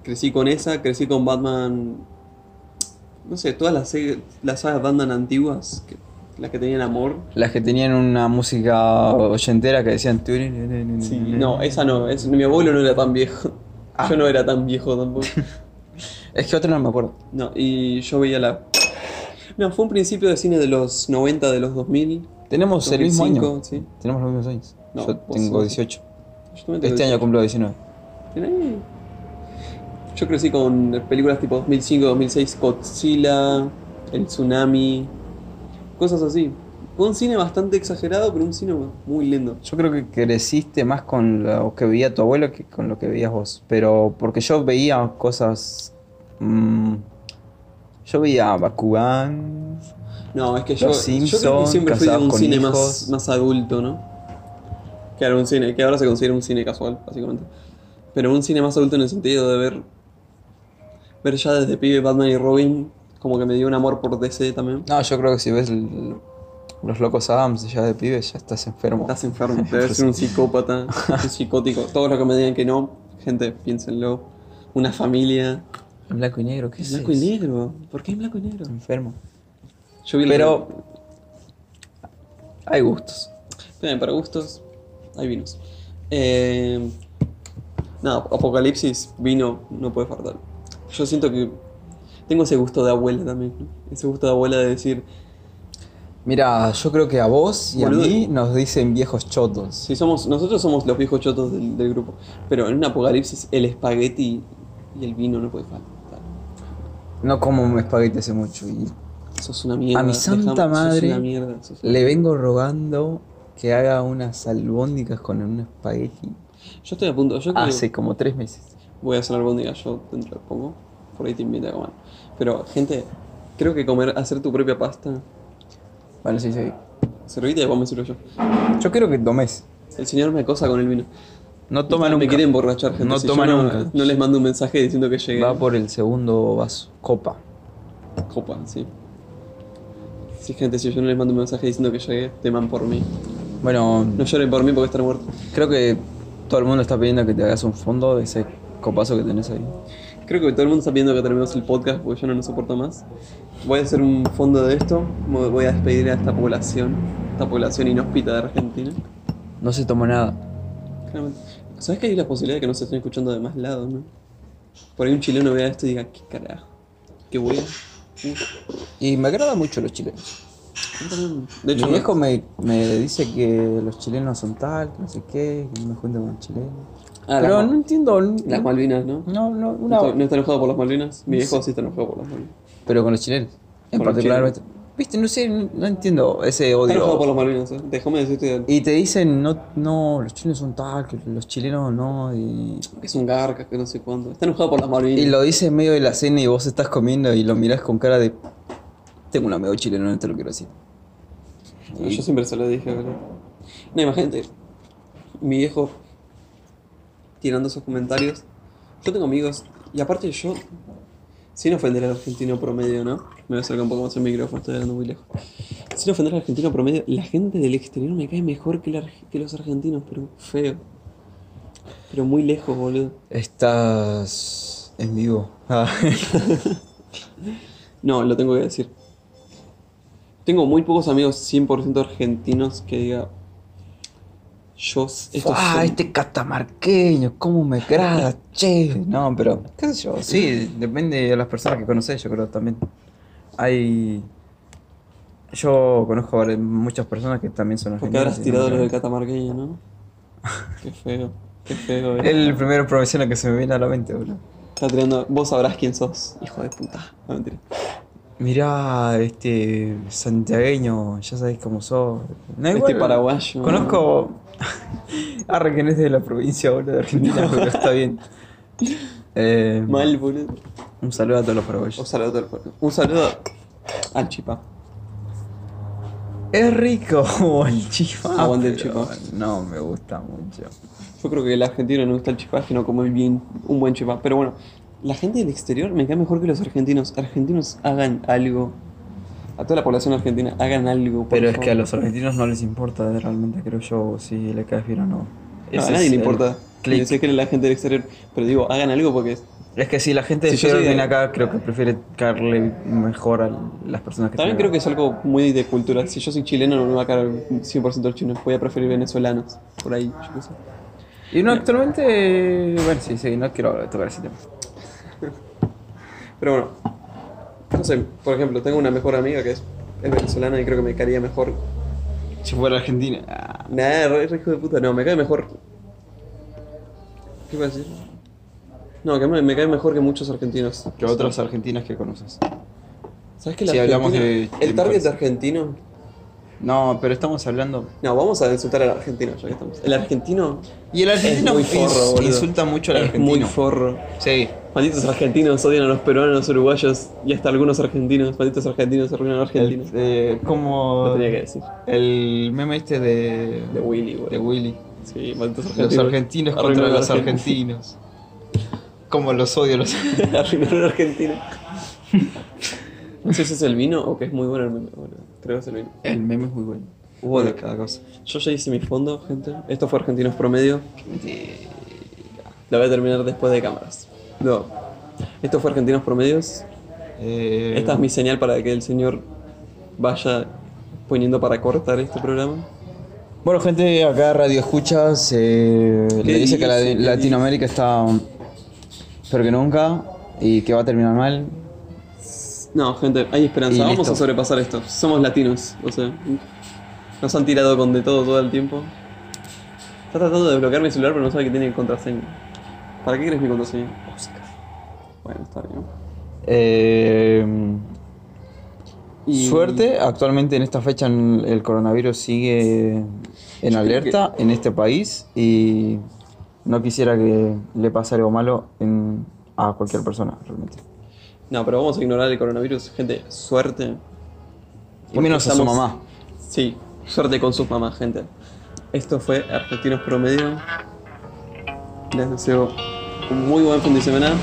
Speaker 1: Crecí con esa, crecí con Batman, no sé, todas las, se- las sagas Batman antiguas, que- las que tenían amor.
Speaker 2: Las que tenían una música oyentera que decían.
Speaker 1: Sí, no, esa no, es, mi abuelo no era tan viejo.
Speaker 2: Ah.
Speaker 1: Yo no era tan viejo tampoco.
Speaker 2: Es que otra no me acuerdo.
Speaker 1: No, y yo veía la. No, fue un principio de cine de los 90, de los 2000.
Speaker 2: Tenemos Oh, el mismo
Speaker 1: 2005,
Speaker 2: año.
Speaker 1: sí.
Speaker 2: Tenemos los mismos años.
Speaker 1: No,
Speaker 2: yo
Speaker 1: vos
Speaker 2: tengo
Speaker 1: sos-
Speaker 2: 18.
Speaker 1: Yo también tengo
Speaker 2: Este año cumplo 19.
Speaker 1: Eh. Yo crecí con películas tipo 2005, 2006, Godzilla, El Tsunami, cosas así. Fue un cine bastante exagerado, pero un cine muy lindo.
Speaker 2: Yo creo que creciste más con lo que veía tu abuelo que con lo que veías vos. Pero porque yo veía cosas. mm, yo veía Bakugan.
Speaker 1: No, es que yo, yo
Speaker 2: Los
Speaker 1: creo que
Speaker 2: Simpson,
Speaker 1: siempre fui de
Speaker 2: Casados
Speaker 1: un
Speaker 2: con
Speaker 1: cine más,
Speaker 2: Hijos.
Speaker 1: más adulto, ¿no? Que era un cine, que ahora se considera un cine casual, básicamente. Pero un cine más adulto en el sentido de ver ver ya desde pibe Batman y Robin, como que me dio un amor por DC también.
Speaker 2: No, yo creo que si ves el- los locos Adams ya de pibe, ya estás enfermo.
Speaker 1: Estás enfermo, debes ser un psicópata, un psicótico. Todos los que me digan que no, gente, piénsenlo. Una familia.
Speaker 2: En blanco y negro, ¿qué es
Speaker 1: Blanco y negro. ¿Por qué en blanco y negro?
Speaker 2: Enfermo.
Speaker 1: Yo vi la
Speaker 2: Pero. Hay gustos.
Speaker 1: Bien, para gustos, hay vinos. Eh, nada, Apocalipsis, vino, no puede faltar. Yo siento que tengo ese gusto de abuela también, ¿no? ese gusto de abuela de decir,
Speaker 2: Mira, yo creo que a vos y
Speaker 1: Boludo.
Speaker 2: a mí nos dicen viejos chotos.
Speaker 1: si somos, nosotros somos los viejos chotos del, del grupo, pero en un apocalipsis el espagueti y el vino no puede faltar.
Speaker 2: No como espagueti hace mucho y
Speaker 1: Sos una mierda.
Speaker 2: A mi santa
Speaker 1: dejame- Sos
Speaker 2: madre.
Speaker 1: una mierda. sos una-
Speaker 2: le vengo rogando que haga unas albóndigas con un espagueti.
Speaker 1: Yo estoy a punto, yo creo-
Speaker 2: Hace como tres meses.
Speaker 1: Voy a hacer albóndiga yo dentro de poco. Por ahí te invito a comer. Pero, gente, creo que comer, hacer tu propia pasta.
Speaker 2: Bueno, sí, sí.
Speaker 1: Servite y después me sirvo yo.
Speaker 2: Yo creo que tomes.
Speaker 1: El señor me acosa con el vino.
Speaker 2: No toma
Speaker 1: Me
Speaker 2: nunca.
Speaker 1: quiere emborrachar, gente.
Speaker 2: No
Speaker 1: Si yo
Speaker 2: toma
Speaker 1: no,
Speaker 2: nunca.
Speaker 1: No les mando un mensaje diciendo que llegue.
Speaker 2: Va por el segundo vaso. Copa.
Speaker 1: Copa, sí. Sí, gente, si yo no les mando un mensaje diciendo que llegue, teman por mí.
Speaker 2: Bueno,
Speaker 1: No lloren por mí porque estar muerto.
Speaker 2: creo que todo el mundo está pidiendo que te hagas un fondo de ese copazo que tenés ahí.
Speaker 1: Creo que todo el mundo está viendo que terminemos el podcast porque yo no lo soporto más. Voy a hacer un fondo de esto. Me Voy a despedir a esta población. Esta población inhóspita de Argentina.
Speaker 2: No se tomó nada.
Speaker 1: Claramente. ¿Sabes que hay la posibilidad de que nos estén escuchando de más lados, no? Por ahí un chileno vea esto y diga, qué carajo. Qué wea. Uf,
Speaker 2: Y me agrada mucho los chilenos.
Speaker 1: yo también. De hecho,
Speaker 2: Mi
Speaker 1: no-
Speaker 2: viejo me, me dice que los chilenos son tal, que no sé qué, que no me junto con los chilenos.
Speaker 1: Ah,
Speaker 2: Pero
Speaker 1: las,
Speaker 2: no entiendo.
Speaker 1: las
Speaker 2: No,
Speaker 1: Malvinas, ¿no?
Speaker 2: no, ¿Mm? una.
Speaker 1: No, está, no está enojado por las Malvinas. Mi viejo sí está enojado por las Malvinas.
Speaker 2: Pero con los chilenos. En
Speaker 1: Con los
Speaker 2: particular,
Speaker 1: chilenos.
Speaker 2: viste, no sé, no entiendo ese
Speaker 1: Está enojado por
Speaker 2: odio.
Speaker 1: las Malvinas, ¿eh? Déjame decirte
Speaker 2: Y te dicen, no, no, los chilenos son tal, que los chilenos no. Y,
Speaker 1: que es un garca, que no sé cuándo. Está enojado por las Malvinas.
Speaker 2: y lo dices en medio de la cena y vos estás comiendo y lo mirás con cara de. Tengo un amigo chileno, no te lo quiero decir.
Speaker 1: No, Ah, Yo siempre se lo dije, boludo. No, imagínate. Mi viejo tirando esos comentarios. Yo tengo amigos. Y aparte yo. Sin ofender al argentino promedio, ¿no? Me voy a acercar un poco más el micrófono, estoy hablando muy lejos. Sin ofender al argentino promedio, la gente del exterior me cae mejor que, la arg- que los argentinos, pero feo. Pero muy lejos, boludo.
Speaker 2: Estás en vivo. Ah.
Speaker 1: No, lo tengo que decir. Tengo muy pocos amigos 100% argentinos que diga. Yo. Estos
Speaker 2: Ah,
Speaker 1: son-
Speaker 2: este catamarqueño, cómo me agrada, che. No, pero, qué sé yo, sí, depende de las personas que conoces, yo creo también. Hay. Yo conozco a vari- muchas personas que también son
Speaker 1: Porque habrás
Speaker 2: argentinas,
Speaker 1: tirado
Speaker 2: ¿no?
Speaker 1: los del catamarqueño, ¿no? Qué feo, qué feo. eh.
Speaker 2: Es el primer profesional que se me viene a la mente, boludo.
Speaker 1: Está tirando. Vos sabrás quién sos, hijo de puta. No, mentira.
Speaker 2: Mirá, este santiagueño, ya sabés cómo sos. No,
Speaker 1: Este
Speaker 2: igual, eh.
Speaker 1: paraguayo.
Speaker 2: Conozco. Arre, que no es de la provincia, boludo, de Argentina, pero está bien. Eh,
Speaker 1: Mal, boludo.
Speaker 2: Un saludo a todos los
Speaker 1: Un
Speaker 2: paraguayos.
Speaker 1: saludo, al- un saludo al chipa.
Speaker 2: Es rico el chifa.
Speaker 1: Aguante el
Speaker 2: pero
Speaker 1: chifa.
Speaker 2: No me gusta mucho.
Speaker 1: Yo creo que el argentino no gusta el chipá, es que no come bien un buen chipá. Pero bueno, la gente del exterior me cae mejor que los argentinos. Argentinos hagan algo. A toda la población argentina, hagan algo. por
Speaker 2: Pero es
Speaker 1: favor.
Speaker 2: que a los argentinos no les importa realmente, creo yo, si le caes bien o no.
Speaker 1: No,
Speaker 2: Ese
Speaker 1: a nadie
Speaker 2: es
Speaker 1: le
Speaker 2: el
Speaker 1: importa.
Speaker 2: click.
Speaker 1: Sé que la gente del exterior. Pero digo, hagan algo porque
Speaker 2: Es que si la gente
Speaker 1: Si
Speaker 2: de
Speaker 1: yo
Speaker 2: Fidel
Speaker 1: soy de-
Speaker 2: viene acá, creo que prefiere caerle mejor a las personas que
Speaker 1: También
Speaker 2: están
Speaker 1: creo
Speaker 2: acá.
Speaker 1: que es algo muy de cultura. Si yo soy chileno, no me va a caer 100% el chino. Voy a preferir venezolanos. Por ahí, yo qué sé.
Speaker 2: Y no, actualmente. Bueno, sí, sí, no quiero tocar ese tema.
Speaker 1: Pero bueno, no sé, por ejemplo, tengo una mejor amiga que es, es venezolana y creo que me caería mejor.
Speaker 2: Si fuera Argentina. ah,
Speaker 1: Nah, re, re hijo de puta, no, me cae mejor. ¿Qué iba a decir? No, que me, me cae mejor que muchos argentinos.
Speaker 2: Que otras argentinas que conoces.
Speaker 1: ¿Sabes que la
Speaker 2: Si hablamos
Speaker 1: Argentina-
Speaker 2: de-
Speaker 1: El
Speaker 2: de
Speaker 1: target
Speaker 2: mujeres.
Speaker 1: argentino.
Speaker 2: No, pero estamos hablando.
Speaker 1: No, vamos a insultar al argentino, ya que estamos. El argentino
Speaker 2: Y el argentino
Speaker 1: muy forro,
Speaker 2: ins-
Speaker 1: boludo.
Speaker 2: insulta mucho al
Speaker 1: es muy
Speaker 2: argentino.
Speaker 1: forro.
Speaker 2: sí.
Speaker 1: Malditos argentinos odian a los peruanos, uruguayos y hasta algunos argentinos. Malditos argentinos arruinan a
Speaker 2: El,
Speaker 1: Argentina.
Speaker 2: eh, como.
Speaker 1: Lo tenía que decir.
Speaker 2: El meme este de,
Speaker 1: De Willy, güey.
Speaker 2: de Willy.
Speaker 1: Sí, malditos
Speaker 2: Los
Speaker 1: argentinos.
Speaker 2: argentinos
Speaker 1: Arruinan
Speaker 2: contra
Speaker 1: a
Speaker 2: los
Speaker 1: Argentina.
Speaker 2: argentinos. Como los odio los.
Speaker 1: Arruinaron a Argentina. No sé si es el vino o que es muy bueno el meme. boludo. creo que es el vino.
Speaker 2: El meme es muy bueno.
Speaker 1: Hubo de
Speaker 2: de cada cosa.
Speaker 1: Yo ya hice mi fondo, gente. Esto fue Argentinos Promedio. La voy a terminar después de cámaras. No. Esto fue Argentinos Promedios.
Speaker 2: Eh,
Speaker 1: Esta es mi señal para que el señor vaya poniendo para cortar este programa.
Speaker 2: Bueno, gente, acá Radio Escuchas eh, le dice que la-
Speaker 1: dice? ¿Qué
Speaker 2: Latinoamérica está peor que nunca y que va a terminar mal.
Speaker 1: No, gente, hay
Speaker 2: Y
Speaker 1: esperanza. Vamos
Speaker 2: listo.
Speaker 1: a sobrepasar esto. Somos latinos, o sea. Nos han tirado con de todo todo el tiempo. Está tratando de bloquear mi celular, pero no sabe que tiene contraseña. ¿Para qué crees mi contraseña? Bueno, está bien.
Speaker 2: Eh,
Speaker 1: Y-
Speaker 2: Suerte, actualmente en esta fecha en- el coronavirus sigue en alerta en este país y no quisiera que le pase algo malo en- a cualquier persona, realmente.
Speaker 1: No, pero vamos a ignorar el coronavirus. Gente, suerte.
Speaker 2: Y menos a su
Speaker 1: estamos-
Speaker 2: mamá.
Speaker 1: Sí, suerte con sus mamás, gente. Esto fue Argentinos Promedio. Les deseo un muy buen fin de semana.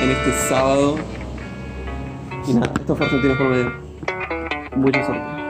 Speaker 1: En este sábado. Y nada, esto fue Argentinos Promedio. Mucha suerte.